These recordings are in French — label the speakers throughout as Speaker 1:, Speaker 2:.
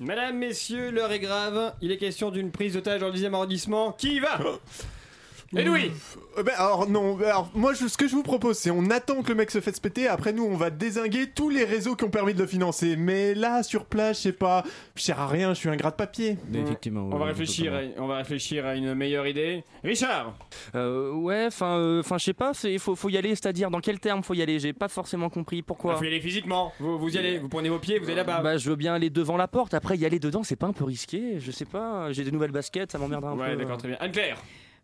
Speaker 1: Madame, messieurs, l'heure est grave. Il est question d'une prise d'otage dans le 10e arrondissement. Qui y va
Speaker 2: Oh.
Speaker 1: Eh Et Louis
Speaker 3: Euh, ben, alors non, ben, alors, moi je- ce que je vous propose c'est on attend que le mec se fasse péter, après nous on va désinguer tous les réseaux qui ont permis de le financer. Mais là sur place, je sais pas, je sers à rien, je suis un gras de papier.
Speaker 2: Mais effectivement.
Speaker 1: on va
Speaker 2: ouais,
Speaker 1: réfléchir,
Speaker 2: totalement.
Speaker 1: à- on va réfléchir à une meilleure idée. Richard,
Speaker 4: Euh, ouais, enfin, euh, enfin, je sais pas, il faut, faut y aller, c'est-à-dire dans quel terme faut y aller J'ai pas forcément compris pourquoi.
Speaker 1: vous allez physiquement. Vous, vous y allez, vous prenez vos pieds, vous allez là-bas.
Speaker 4: Bah, je veux bien aller devant la porte, après y aller dedans, c'est pas un peu risqué Je sais pas, j'ai des nouvelles baskets, ça m'emmerde un peu.
Speaker 1: ouais, d'accord, très bien. Anne-Claire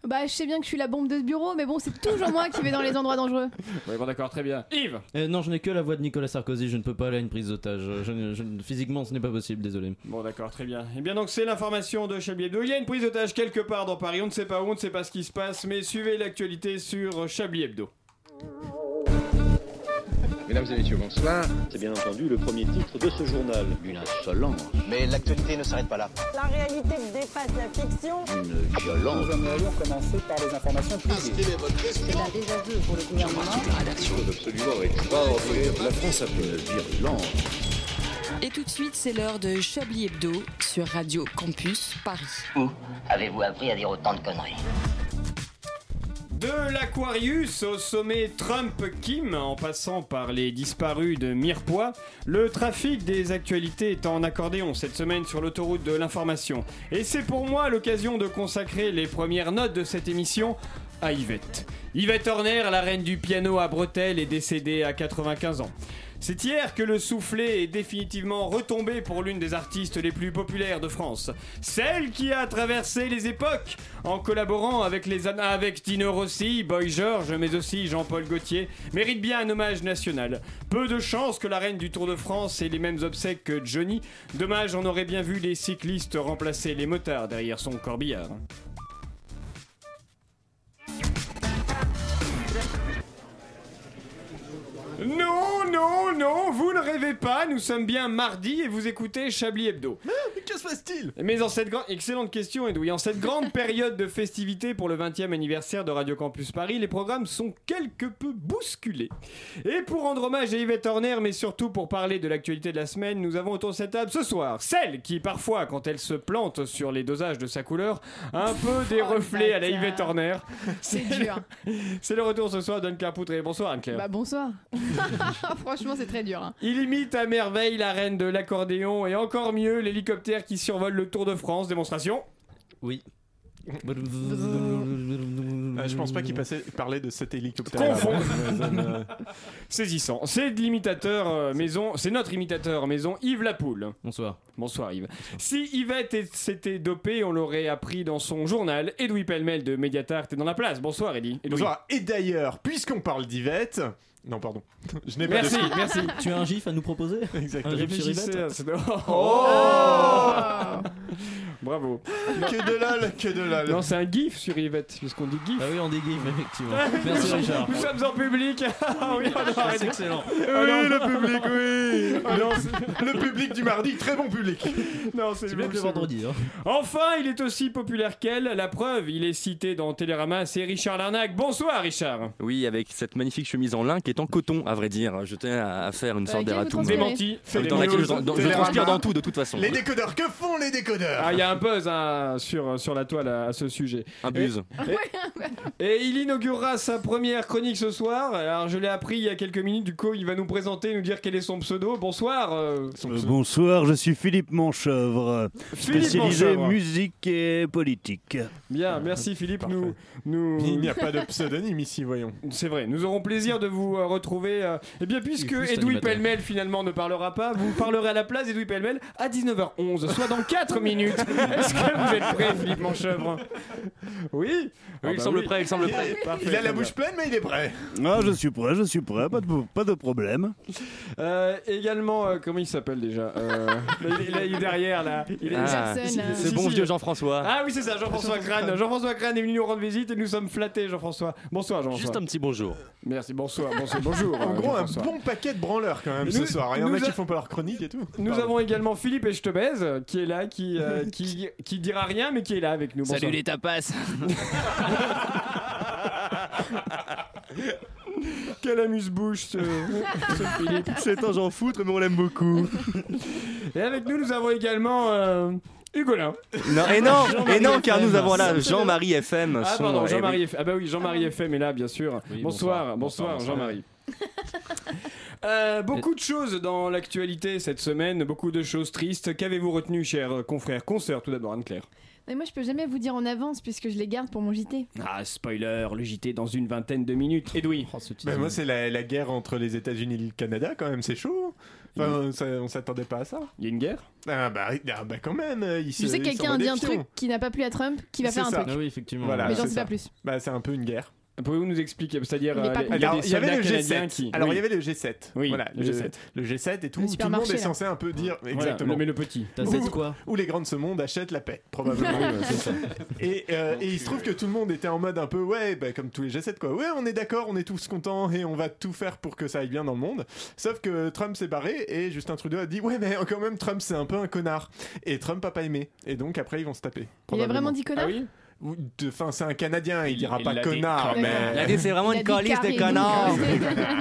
Speaker 5: Bah, je sais bien que je suis la bombe de ce bureau, mais bon, c'est toujours moi qui vais dans les endroits dangereux.
Speaker 1: Ouais, bon, d'accord, très bien. Yves
Speaker 2: Euh, non, je n'ai que la voix de Nicolas Sarkozy, je ne peux pas aller à une prise d'otage. Euh, Je- je- je- physiquement, ce n'est pas possible, désolé.
Speaker 1: Bon, d'accord, très bien. Et bien, donc, c'est l'information de Chablis Hebdo. Il y a une prise d'otage quelque part dans Paris. On ne sait pas où, on ne sait pas ce qui se passe, mais suivez l'actualité sur Chablis Hebdo.
Speaker 6: Mesdames et messieurs, bonsoir.
Speaker 7: C'est bien entendu le premier titre de ce journal.
Speaker 6: Une insolence. Mais l'actualité ne s'arrête pas là.
Speaker 8: La réalité dépasse la fiction.
Speaker 6: Une violence. Nous allons commencer par les informations privées. Absolument extraordinaire. La France a fait une virulence.
Speaker 9: Et tout de suite, c'est l'heure de Chablis Hebdo sur Radio Campus Paris.
Speaker 10: Avez-vous appris à dire autant de conneries
Speaker 1: De l'Aquarius au sommet Trump-Kim, en passant par les disparus de Mirepoix, le trafic des actualités est en accordéon cette semaine sur l'autoroute de l'information. Et c'est pour moi l'occasion de consacrer les premières notes de cette émission à Yvette. Yvette Horner, la reine du piano à bretelles, est décédée à 95 ans. C'est hier que le soufflet est définitivement retombé pour l'une des artistes les plus populaires de France. Celle qui a traversé les époques en collaborant avec, les, an- avec Tino Rossi, Boy George, mais aussi Jean-Paul Gaultier, mérite bien un hommage national. Peu de chance que la reine du Tour de France ait les mêmes obsèques que Johnny. Dommage, on aurait bien vu les cyclistes remplacer les motards derrière son corbillard. Non, non, non, vous ne rêvez pas, nous sommes bien mardi et vous écoutez Chablis Hebdo.
Speaker 3: Mais que se passe-t-il
Speaker 1: Mais en cette grande... Excellente question, Edoui. En cette grande période de festivités pour le 20e anniversaire de Radio Campus Paris, les programmes sont quelque peu bousculés. Et pour rendre hommage à Yvette Horner, mais surtout pour parler de l'actualité de la semaine, nous avons autour de cette table ce soir celle qui, parfois, quand elle se plante sur les dosages de sa couleur, a un peu des
Speaker 5: Oh,
Speaker 1: reflets à la
Speaker 5: bâtard.
Speaker 1: Yvette Horner.
Speaker 5: C'est dur.
Speaker 1: C'est le retour ce soir d'Anne Claire Poutré. Bonsoir, Anne Claire.
Speaker 5: Bah, bonsoir. Franchement, c'est très dur. hein.
Speaker 1: Il imite à merveille la reine de l'accordéon et encore mieux l'hélicoptère qui survole le Tour de France. Démonstration
Speaker 2: Oui.
Speaker 3: Euh, Je pense pas qu'il passait parler de cet hélicoptère.
Speaker 1: Confond.
Speaker 3: Euh,
Speaker 1: saisissant. C'est de l'imitateur euh, maison, c'est notre imitateur maison Yves Lapoule.
Speaker 2: Bonsoir.
Speaker 1: Bonsoir Yves. Si Yvette est- s'était dopée, on l'aurait appris dans son journal. Edoui Pellemel de Mediatart est dans la place. Bonsoir Eddie. Edoui.
Speaker 3: Bonsoir. Et d'ailleurs, puisqu'on parle d'Yvette, non pardon, je n'ai pas
Speaker 1: Merci, merci.
Speaker 2: Tu as un gif à nous proposer
Speaker 3: de... Exact.
Speaker 2: Un gif sur
Speaker 1: Réfléchissez
Speaker 2: Yvette
Speaker 1: à cette- Oh Bravo.
Speaker 3: que de lol, que de lol.
Speaker 1: Non, c'est un gif sur Yvette, puisqu'on dit gif. Ah
Speaker 2: Ah oui, on dit gif, effectivement. Merci Richard.
Speaker 1: Nous sommes en public. Ah oui, on a
Speaker 2: C'est
Speaker 1: arrêté.
Speaker 2: excellent.
Speaker 3: Oui, le public, oui. Non, c'est- le public du mardi, très bon public.
Speaker 1: Non, c'est
Speaker 2: C'est mieux que le
Speaker 1: absolument.
Speaker 2: vendredi. hein.
Speaker 1: Enfin, il est aussi populaire qu'elle. La preuve, il est cité dans Télérama, c'est Richard Larnac. Bonsoir, Richard.
Speaker 4: Oui, avec cette magnifique chemise en lin qui est en coton, à vrai dire. Je tiens à, à faire une sorte
Speaker 5: laquelle vous
Speaker 4: d'erratum.
Speaker 5: transpirez.
Speaker 1: Démenti.
Speaker 3: Fais
Speaker 4: Dans
Speaker 3: les
Speaker 4: laquelle je,
Speaker 3: news,
Speaker 4: dans- je
Speaker 3: Télérama.
Speaker 4: transpire dans tout, de toute façon.
Speaker 3: Les décodeurs, que font les décodeurs
Speaker 1: Ah, il y a un buzz hein, sur, sur la toile à, à ce sujet.
Speaker 4: Un buse.
Speaker 1: Et il inaugurera sa première chronique ce soir. Alors, je l'ai appris il y a quelques minutes. Du coup, il va nous présenter, nous dire quel est son pseudo. Bonsoir, euh,
Speaker 3: Son
Speaker 11: Euh,
Speaker 3: pseudo.
Speaker 11: Bonsoir, je suis Philippe Monchevre,
Speaker 1: Philippe
Speaker 11: spécialisé
Speaker 1: Manchevre.
Speaker 11: musique et politique.
Speaker 1: Bien, merci Philippe. Nous,
Speaker 3: Il
Speaker 1: nous,
Speaker 3: n'y a pas de pseudonyme ici, voyons.
Speaker 1: c'est vrai. Nous aurons plaisir de vous euh, retrouver. euh, Eh bien, puisque
Speaker 2: Il est plus
Speaker 1: Edoui
Speaker 2: animateur.
Speaker 1: Pellemel finalement ne parlera pas, vous parlerez à la place d'Edoui Pellemel à 19h11, soit dans 4 minutes. Est-ce que vous êtes prêt, Philippe Manchevre Oui. Ah
Speaker 4: Oui, il
Speaker 1: bah
Speaker 4: semble
Speaker 1: oui.
Speaker 4: prêt, il semble prêt.
Speaker 1: Parfait,
Speaker 3: Il a
Speaker 1: très bien.
Speaker 3: la bouche pleine, mais il est prêt.
Speaker 11: Ah, je suis prêt, je suis prêt, pas de, pas de problème.
Speaker 1: Euh, également, euh, comment il s'appelle déjà Euh, là, il, est- là, il est derrière, là. Il est-
Speaker 4: Ah,
Speaker 5: Jackson, euh,
Speaker 4: ce
Speaker 1: Si,
Speaker 4: bon
Speaker 1: si.
Speaker 4: vieux Jean-François.
Speaker 1: Ah oui, c'est ça, Jean-François Crane. Jean-François Crane est venu nous rendre visite et nous sommes flattés, Jean-François. Bonsoir, Jean-François.
Speaker 2: Juste un petit bonjour.
Speaker 1: Merci, bonsoir, bonsoir, bonjour.
Speaker 3: En
Speaker 1: euh,
Speaker 3: gros, un
Speaker 1: Jean-François.
Speaker 3: bon paquet de branleurs quand même
Speaker 1: Nous-
Speaker 3: ce soir. Il y en
Speaker 1: nous
Speaker 3: a
Speaker 1: a-
Speaker 3: qui font pas leur chronique et tout.
Speaker 1: Nous
Speaker 3: Pardon.
Speaker 1: avons également Philippe et je te baise, qui est là, qui, euh, qui, qui dira rien, mais qui est là avec nous. Bonsoir.
Speaker 4: tapas.
Speaker 1: Quel amuse-bouche ce, ce Philippe.
Speaker 11: C'est un j'en foutre, mais on l'aime beaucoup.
Speaker 1: Et avec nous, nous avons également euh, Hugolin.
Speaker 4: Non, et non,
Speaker 2: Jean-Marie
Speaker 4: et non, car
Speaker 2: FM.
Speaker 4: nous avons là Jean-Marie FM.
Speaker 1: Ah
Speaker 4: son-
Speaker 1: pardon,
Speaker 4: eh
Speaker 1: Jean-Marie. F- Ah bah oui, Jean-Marie FM est là, bien sûr.
Speaker 2: Oui, bonsoir,
Speaker 1: bonsoir, bonsoir,
Speaker 2: bonsoir,
Speaker 1: Jean-Marie. Euh, beaucoup de choses dans l'actualité cette semaine, beaucoup de choses tristes. Qu'avez-vous retenu, chers confrères, consoeurs, tout d'abord Anne-Claire
Speaker 5: Mais moi, je peux jamais vous dire en avance puisque je les garde pour mon JT.
Speaker 1: Ah, spoiler, le JT dans une vingtaine de minutes. Edoui
Speaker 5: Oh,
Speaker 3: Bah, moi, c'est la, la guerre entre les États-Unis et le Canada, quand même, c'est chaud. hein. Enfin, ça- on s'attendait pas à ça.
Speaker 1: il y a une guerre
Speaker 3: Ah bah, ah bah, quand même. euh, ils
Speaker 5: Je
Speaker 3: se-
Speaker 5: sais que
Speaker 3: ils
Speaker 5: quelqu'un
Speaker 3: s'envoient des
Speaker 5: dit un
Speaker 3: pions.
Speaker 5: truc qui n'a pas plu à Trump, qui va
Speaker 3: C'est
Speaker 5: faire un
Speaker 3: ça.
Speaker 5: truc.
Speaker 2: Ah oui, effectivement.
Speaker 3: Voilà.
Speaker 5: Mais j'en
Speaker 3: c'est
Speaker 5: sais
Speaker 3: ça.
Speaker 5: pas plus.
Speaker 3: Bah, c'est un peu une guerre.
Speaker 1: Pouvez-vous nous expliquer C'est-à-dire,
Speaker 5: Mais
Speaker 1: euh,
Speaker 5: pas
Speaker 1: les-
Speaker 5: compris.
Speaker 1: il y a
Speaker 3: Alors,
Speaker 1: des
Speaker 3: il y avait le
Speaker 1: soldats canadiens
Speaker 3: G7.
Speaker 1: qui.
Speaker 3: Alors,
Speaker 1: Oui.
Speaker 3: il y avait le G7.
Speaker 1: Oui,
Speaker 3: Voilà,
Speaker 1: le G7.
Speaker 3: Le G7 et
Speaker 5: Le
Speaker 3: tout. Tout le monde
Speaker 5: supermarché,
Speaker 3: est
Speaker 5: là.
Speaker 3: censé un peu dire.
Speaker 1: Voilà,
Speaker 3: Exactement.
Speaker 1: le- mais le petit.
Speaker 2: T'as cette quoi
Speaker 3: Où les grandes ce monde achètent la paix, probablement. et, euh, et il se trouve que tout le monde était en mode un peu, ouais, bah, comme tous les G7, quoi. Ouais, on est d'accord, on est tous contents et on va tout faire pour que ça aille bien dans le monde. Sauf que Trump s'est barré et Justin Trudeau a dit, ouais, mais quand même, Trump, c'est un peu un connard. Et Trump a pas aimé. Et donc, après, ils vont se taper.
Speaker 5: Il a vraiment
Speaker 3: probablement.
Speaker 5: dit
Speaker 1: Ah
Speaker 5: connard
Speaker 1: oui
Speaker 3: Ou- de- Enfin, c'est un Canadien, il dira
Speaker 1: il
Speaker 3: pas
Speaker 1: l'a dit
Speaker 5: quand
Speaker 3: connard,
Speaker 5: même.
Speaker 3: mais.
Speaker 4: ben. Là, c'est vraiment
Speaker 5: Il a
Speaker 4: une
Speaker 5: dit
Speaker 4: calice
Speaker 5: carré,
Speaker 4: de
Speaker 5: donc,
Speaker 4: connards.
Speaker 5: euh,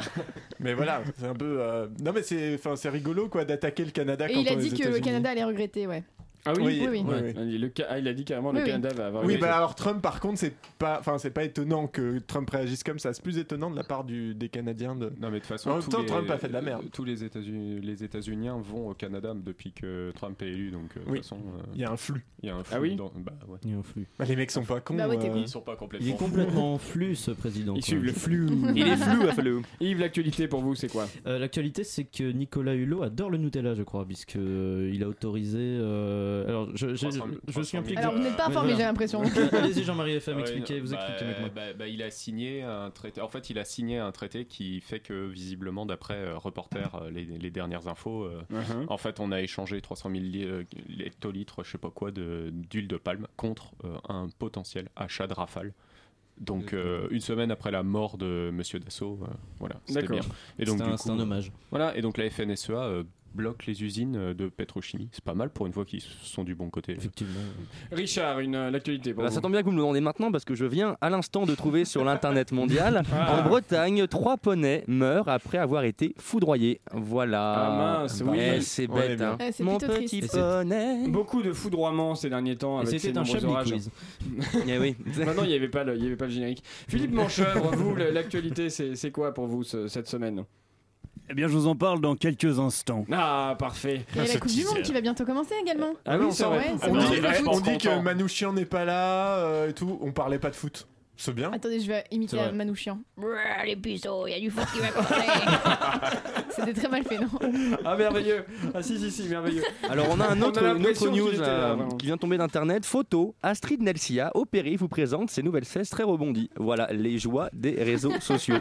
Speaker 3: Mais voilà, c'est un peu. euh, Non, mais c'est, enfin, c'est rigolo quoi d'attaquer le Canada.
Speaker 5: Et
Speaker 3: quand
Speaker 5: il a
Speaker 3: on est
Speaker 5: dit
Speaker 3: aux
Speaker 5: que le
Speaker 3: États-Unis.
Speaker 5: Canada allait regretter, ouais.
Speaker 1: Ah oui,
Speaker 3: Oui,
Speaker 5: oui, oui.
Speaker 3: oui,
Speaker 1: Ah, le ca- ah, il a dit carrément le
Speaker 5: Oui, oui.
Speaker 1: Canada
Speaker 12: Ah
Speaker 1: va avoir
Speaker 3: Oui,
Speaker 1: une-
Speaker 3: bah alors Trump, par contre, c'est pas, enfin, c'est pas étonnant que Trump réagisse comme ça. C'est plus étonnant de la part du des Canadiens. De...
Speaker 12: Non mais de toute façon,
Speaker 3: En même
Speaker 12: tous
Speaker 3: temps,
Speaker 12: les-
Speaker 3: Trump a fait de la merde.
Speaker 12: Tous les États-Unis, les États-Uniens vont au Canada depuis que Trump est élu, donc euh, de
Speaker 3: Oui.
Speaker 12: toute façon, euh,
Speaker 3: Il y a un flux.
Speaker 12: il y a un flux
Speaker 1: Ah oui
Speaker 12: dans- bah, ouais.
Speaker 2: Il est en flux.
Speaker 3: Bah, les mecs sont pas cons.
Speaker 5: Bah ouais, t'es
Speaker 3: euh,
Speaker 5: con.
Speaker 12: sont pas
Speaker 2: Il est
Speaker 12: complètement.
Speaker 2: complètement euh, en flux, ce président.
Speaker 1: Ils
Speaker 2: quoi.
Speaker 1: suivent le flux.
Speaker 4: Il est flou, à le.
Speaker 1: Yves, l'actualité pour vous, c'est quoi
Speaker 2: Euh, L'actualité, c'est que Nicolas Hulot adore le Nutella, je crois, puisque euh, il a autorisé. euh, Alors, je, je,
Speaker 12: 300 000.
Speaker 2: je, suis impliqué.
Speaker 5: Alors vous n'êtes pas
Speaker 2: Ouais,
Speaker 5: informé,
Speaker 2: voilà.
Speaker 5: j'ai l'impression.
Speaker 2: Euh, Allez-y, Jean-Marie FM,
Speaker 12: Ouais,
Speaker 2: expliquez,
Speaker 12: non,
Speaker 2: vous
Speaker 12: bah,
Speaker 2: expliquez mieux que moi.
Speaker 12: bah, bah, il a signé un traité. En fait, il a signé un traité qui fait que visiblement, d'après euh, reporter, euh, les, les dernières infos, euh, en fait, on a échangé 300 000 li- euh, hectolitres, je sais pas quoi, de- d'huile de, palme contre euh, un potentiel achat de Rafale. Donc euh, une semaine après la mort de Monsieur Dassault, euh, voilà, c'était
Speaker 1: D'accord.
Speaker 12: bien. Et donc
Speaker 2: C'est
Speaker 12: du
Speaker 2: un,
Speaker 12: coup,
Speaker 2: c'est un hommage.
Speaker 12: voilà, et donc la FNSEA euh, bloque les usines euh, de pétrochimie. C'est pas mal pour une fois qu'ils sont du bon côté.
Speaker 2: Effectivement.
Speaker 1: Richard, une, euh, l'actualité pour
Speaker 4: Bah,
Speaker 1: vous.
Speaker 4: ça tombe bien que vous me le demandez maintenant parce que je viens à l'instant de trouver sur l'internet mondial
Speaker 1: Ah.
Speaker 4: en Bretagne trois poneys meurent après avoir été foudroyés. Voilà.
Speaker 1: Ah, mince, oui.
Speaker 4: Eh, c'est
Speaker 3: On est
Speaker 4: bête.
Speaker 3: bien.
Speaker 4: hein.
Speaker 5: Ouais, c'est
Speaker 4: Mon
Speaker 5: plutôt
Speaker 4: petit
Speaker 5: triste.
Speaker 2: Et c'est-
Speaker 4: poney.
Speaker 1: Beaucoup de foudroiements ces derniers temps
Speaker 2: Et
Speaker 1: avec ces
Speaker 2: c'était un
Speaker 1: nombreux
Speaker 2: Chablis
Speaker 1: orages.
Speaker 2: quiz.
Speaker 4: Eh oui.
Speaker 1: Maintenant, il n'y avait, pas le- il y avait pas le générique. Philippe Manchevre, vous, le- l'actualité, c'est c'est quoi pour vous ce- cette semaine
Speaker 11: Eh bien, je vous en parle dans quelques instants.
Speaker 1: Ah, parfait.
Speaker 5: Il y a la Coupe du Monde qui va bientôt commencer également.
Speaker 1: Ah
Speaker 3: non,
Speaker 1: oui, c'est
Speaker 3: ça,
Speaker 1: vrai.
Speaker 5: ouais, c'est
Speaker 3: on,
Speaker 5: bon.
Speaker 3: dit,
Speaker 5: Ouais,
Speaker 3: eh,
Speaker 5: je
Speaker 3: on
Speaker 5: pense
Speaker 3: dit que
Speaker 1: content.
Speaker 3: Manouchian n'est pas là euh, et tout. On parlait pas de foot. C'est bien.
Speaker 5: Attendez, je vais imiter
Speaker 2: C'est vrai.
Speaker 5: un Manouchian.
Speaker 10: Brrr, les puceaux, il y a du foot qui va couler.
Speaker 5: C'était très mal fait, non
Speaker 1: Ah, merveilleux. Ah, si, si, si, merveilleux.
Speaker 4: Alors on a un
Speaker 1: On a
Speaker 4: autre, une autre
Speaker 1: l'impression qu'il
Speaker 4: news
Speaker 1: était là,
Speaker 4: euh,
Speaker 1: vraiment.
Speaker 4: qui vient de tomber d'internet. Photo Astrid Nelsia opérée vous présente ses nouvelles fesses très rebondies. Voilà les joies des réseaux sociaux.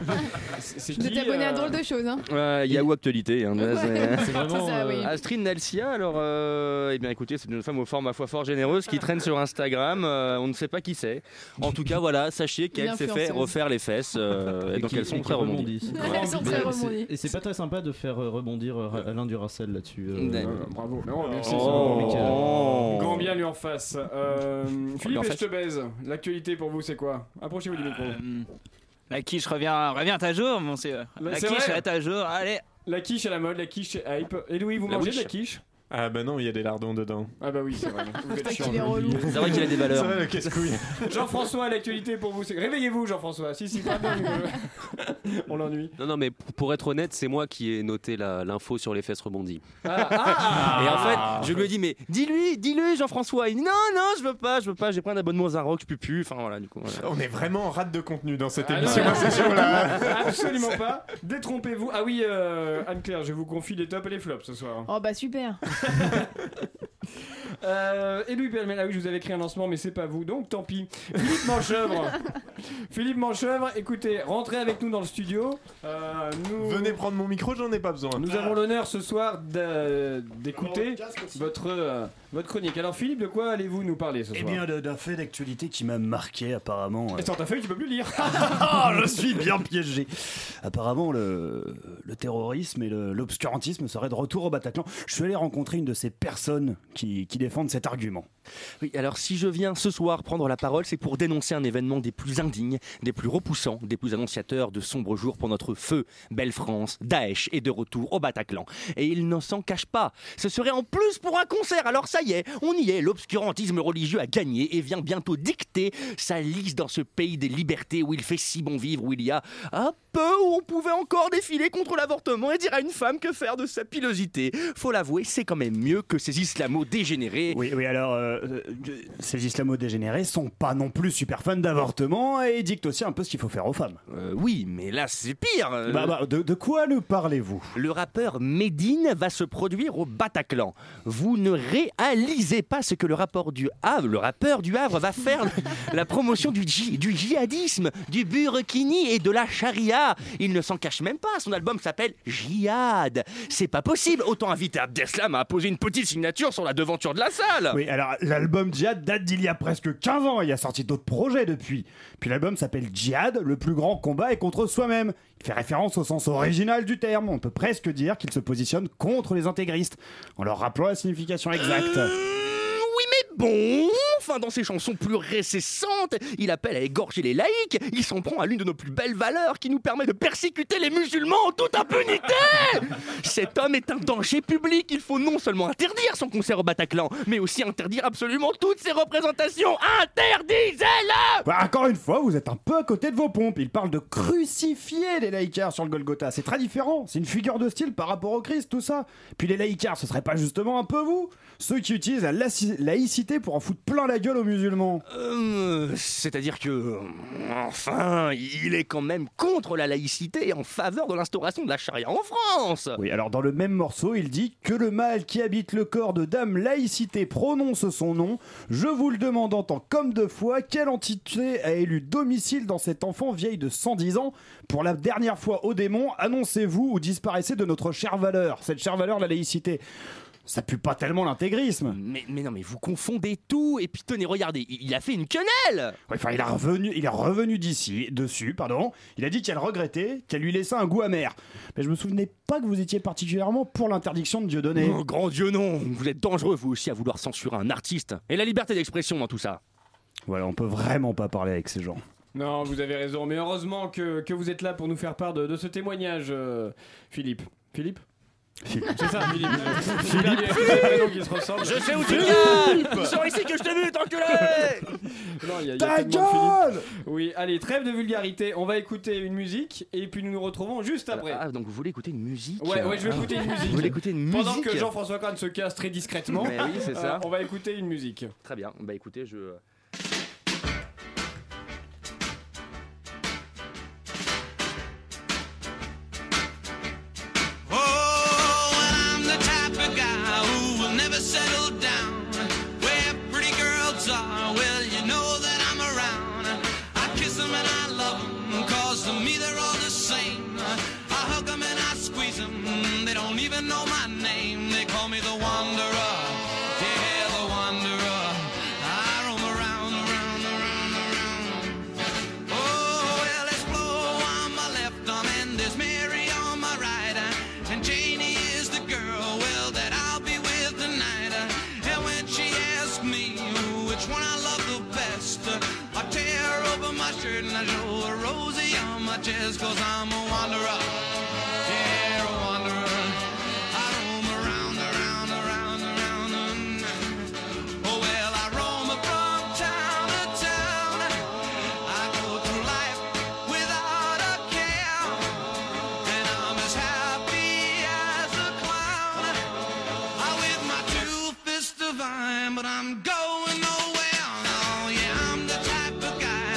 Speaker 1: C'est c'est
Speaker 5: Je
Speaker 1: qui,
Speaker 5: t'ai abonné à
Speaker 1: euh,
Speaker 5: drôle de choses, hein.
Speaker 4: Euh, Yahoo actualité. hein, là, c'est-
Speaker 2: C'est vraiment.
Speaker 5: ça,
Speaker 1: euh,
Speaker 5: oui.
Speaker 4: Astrid Nelsia, alors, euh, eh bien écoutez, c'est une femme aux formes à foi fort généreuse qui traîne sur Instagram. euh, on ne sait pas qui c'est. En tout cas, voilà, sachez qu'elle s'est fait
Speaker 5: L'influenceuse.
Speaker 4: refaire les fesses. euh, et donc elles sont très rebondies.
Speaker 5: Elles sont très rebondies.
Speaker 2: Et c'est pas très sympa de faire euh, rebondir euh, Alain Duracel là-dessus. euh,
Speaker 4: Ouais.
Speaker 1: euh, Bravo. Non, merci.
Speaker 4: Oh.
Speaker 1: c'est-
Speaker 4: Oh.
Speaker 1: Grand bien lui en face. Euh, Philippe,
Speaker 4: en
Speaker 1: et je
Speaker 4: face. Euh,
Speaker 1: te baise. L'actualité pour vous, c'est quoi Approchez-vous du micro.
Speaker 13: La quiche revient, revient à Ah, jour, mon c'est-
Speaker 1: Bah,
Speaker 13: La
Speaker 1: c'est
Speaker 13: quiche
Speaker 1: vrai.
Speaker 13: est à jour, allez.
Speaker 1: La quiche à la mode, la quiche hype. Et Louis, vous
Speaker 4: La
Speaker 1: mangez de
Speaker 4: quiche.
Speaker 1: la quiche
Speaker 3: Ah bah non, il y a des lardons dedans.
Speaker 1: Ah bah oui, c'est vrai. Vous êtes
Speaker 5: vrai
Speaker 1: chiant.
Speaker 5: qu'il est relou.
Speaker 4: C'est vrai qu'il a des
Speaker 3: C'est
Speaker 4: valeurs.
Speaker 3: vrai, le casse-couille.
Speaker 1: Jean-François, l'actualité pour vous, c'est... Réveillez-vous, Jean-François. Si, si, pardon. euh, On l'ennuie.
Speaker 14: Non, non, mais p- pour être honnête, c'est moi qui ai noté la- l'info sur les fesses rebondies.
Speaker 1: Ah, ah,
Speaker 4: Et en fait, je lui ai dit, mais dis-lui, dis-lui, Jean-François. Il dit, non, non, je veux pas, je veux pas, j'ai pris un abonnement aux Aroc, je peux plus. Enfin voilà, du coup. voilà.
Speaker 3: on est vraiment en rate de contenu dans cette
Speaker 1: Ah,
Speaker 3: émission. hein,
Speaker 1: non,
Speaker 3: c'est sûr là.
Speaker 1: Absolument pas. Détrompez-vous. Ah oui, euh, Anne-Claire, je vous confie les tops et les flops ce soir.
Speaker 5: Oh bah super.
Speaker 1: Euh, et Louis Pellemel, ah oui, je vous avais écrit un lancement, mais c'est pas vous, donc tant pis. Philippe Manchevre. Philippe Manchevre, écoutez, rentrez avec nous dans le studio. Euh, nous...
Speaker 3: Venez prendre mon micro, j'en ai pas besoin.
Speaker 1: Nous avons l'honneur ce soir d'a- d'écouter votre, euh, votre chronique. Alors Philippe, de quoi allez-vous nous parler ce
Speaker 11: Eh
Speaker 1: soir
Speaker 11: bien, d'un d'un fait d'actualité qui m'a marqué apparemment. euh,
Speaker 1: Et sur ta feuille, tu peux plus lire.
Speaker 11: Ah, je suis bien piégé. Apparemment, le, le terrorisme et le- l'obscurantisme seraient de retour au Bataclan. Je suis allé rencontrer une de ces personnes qui, qui défendent cet argument.
Speaker 4: Oui, alors si je viens ce soir prendre la parole, c'est pour dénoncer un événement des plus indignes, des plus repoussants, des plus annonciateurs de sombres jours pour notre feu, belle France, Daesh est de retour au Bataclan. Et il ne s'en cache pas. Ce serait en plus pour un concert, alors ça y est, on y est, l'obscurantisme religieux a gagné et vient bientôt dicter sa liste dans ce pays des libertés où il fait si bon vivre, où il y a un peu où on pouvait encore défiler contre l'avortement et dire à une femme que faire de sa pilosité. Faut l'avouer, c'est quand même mieux que ces islamo dégénérés.
Speaker 11: Oui, oui, alors, euh, euh, ces islamo-dégénérés sont pas non plus super fans d'avortement et ils dictent aussi un peu ce qu'il faut faire aux femmes.
Speaker 4: Euh, oui, mais là, c'est pire. euh.
Speaker 11: Bah, bah, de, de quoi nous parlez-vous
Speaker 4: Le rappeur Medine va se produire au Bataclan. Vous ne réalisez pas ce que le, rapport du Havre, le rappeur du Havre va faire la promotion du, dji- du djihadisme, du burkini et de la charia. Il ne s'en cache même pas, son album s'appelle Jihad. C'est pas possible, autant inviter Abdeslam à poser une petite signature sur la devanture de la salle.
Speaker 11: Oui, alors l'album Djihad date d'il y a presque 15 ans. Il y a sorti d'autres projets depuis. Puis l'album s'appelle Djihad, le plus grand combat est contre soi-même. Il fait référence au sens original du terme. On peut presque dire qu'il se positionne contre les intégristes, en leur rappelant la signification exacte.
Speaker 4: Euh, Oui, mais bon Enfin, dans ses chansons plus récessantes, il appelle à égorger les laïcs, il s'en prend à l'une de nos plus belles valeurs qui nous permet de persécuter les musulmans en toute impunité Cet homme est un danger public, il faut non seulement interdire son concert au Bataclan, mais aussi interdire absolument toutes ses représentations Interdisez-le
Speaker 11: Ouais, Bah, Encore une fois, vous êtes un peu à côté de vos pompes. Il parle de crucifier les laïcars sur le Golgotha. C'est très différent. C'est une figure de style par rapport au Christ, tout ça. Puis les laïcars, ce serait pas justement un peu vous Ceux qui utilisent la laïci- laïcité pour en foutre plein la gueule aux musulmans.
Speaker 4: Euh, C'est-à-dire que, euh, enfin, il est quand même contre la laïcité et en faveur de l'instauration de la charia en France
Speaker 11: Oui, alors dans le même morceau, il dit que le mâle qui habite le corps de dame laïcité prononce son nom. Je vous le demande en tant qu'homme de foi, quelle entité a élu domicile dans cet enfant vieille de 110 ans Pour la dernière fois au démon, annoncez-vous ou disparaissez de notre chère valeur. Cette chère valeur, la laïcité. Ça pue pas tellement l'intégrisme.
Speaker 4: Mais, mais non, mais vous confondez tout. Et puis tenez, regardez, il, il a fait une quenelle.
Speaker 11: Ouais, enfin, il, a revenu, il est revenu d'ici, dessus, pardon. Il a dit qu'elle regrettait, qu'elle lui laissait un goût amer. Mais je me souvenais pas que vous étiez particulièrement pour l'interdiction de Dieudonné.
Speaker 4: Oh, grand Dieu, non Vous êtes dangereux, vous aussi, à vouloir censurer un artiste. Et la liberté d'expression dans tout ça.
Speaker 11: Voilà, on peut vraiment pas parler avec ces gens.
Speaker 1: Non, vous avez raison, mais heureusement que, que vous êtes là pour nous faire part de, de ce témoignage, euh, Philippe. Philippe C'est ça, Philippe. Philippe, se ressemblent.
Speaker 4: Je sais où tu
Speaker 1: Philippe
Speaker 4: viens Sors ici que je te bute, enculé
Speaker 1: Non, il y a- il y a
Speaker 11: Ta
Speaker 1: tellement de Philippe. Oui, allez, trêve de vulgarité, on va écouter une musique et puis nous nous retrouvons juste après.
Speaker 4: Ah, donc vous voulez écouter une musique
Speaker 1: Ouais, ouais, je vais
Speaker 4: Ah.
Speaker 1: écouter une musique.
Speaker 4: Vous voulez écouter une
Speaker 1: Pendant
Speaker 4: musique
Speaker 1: que Jean-François Kahn se casse très discrètement,
Speaker 4: Mais oui, c'est ça.
Speaker 1: Euh, on va écouter une musique.
Speaker 4: Très bien, bah écoutez, je.
Speaker 15: Oh, and I'm the type of guy who will never settle down. Where pretty girls are, well, you know that I'm around. I kiss them and I love them, cause to me they're all the same. I hug them and I squeeze them, they don't even know my name. They call me the wanderer. Yeah, the wanderer. I roam around, around, around, around. Oh, well, it's Flo on my left arm and there's Mary on my right. uh, And Janie is the girl, well, that I'll be with tonight. uh, And when she asks me which one I love the best, uh, I tear open my shirt and I show a rosy on my chest, cause I'm a wanderer. Yeah, a wanderer. I roam around, around, around, around. Oh, well, I roam from town to town. I go through life without a care. And I'm as happy as a clown. I with my two fists divine, but I'm going nowhere. Oh yeah, I'm the type of guy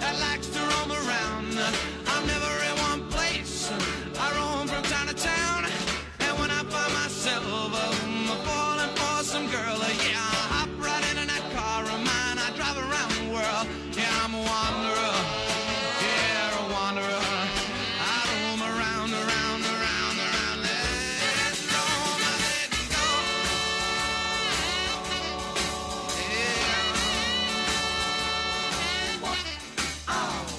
Speaker 15: that likes to roam around. I'm never in one place. I roam from town to town. And when I find myself, um, I'm falling for some girl. uh, Yeah, I hop right into that car of mine. I drive around the world. Yeah, I'm a wanderer. Yeah, a wanderer. I roam around, around, around, around. Let go, my let go. Yeah, Oh,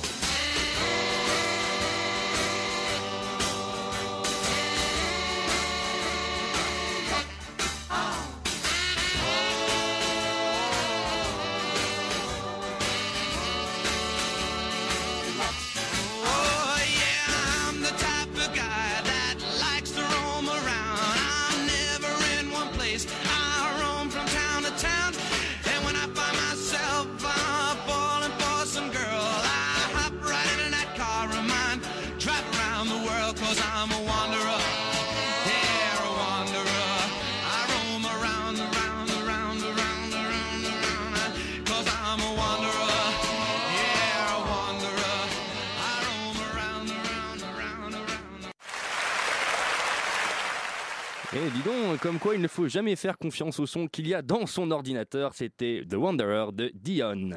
Speaker 4: Et eh, dis donc, comme quoi il ne faut jamais faire confiance au son qu'il y a dans son ordinateur, c'était The Wanderer de Dion.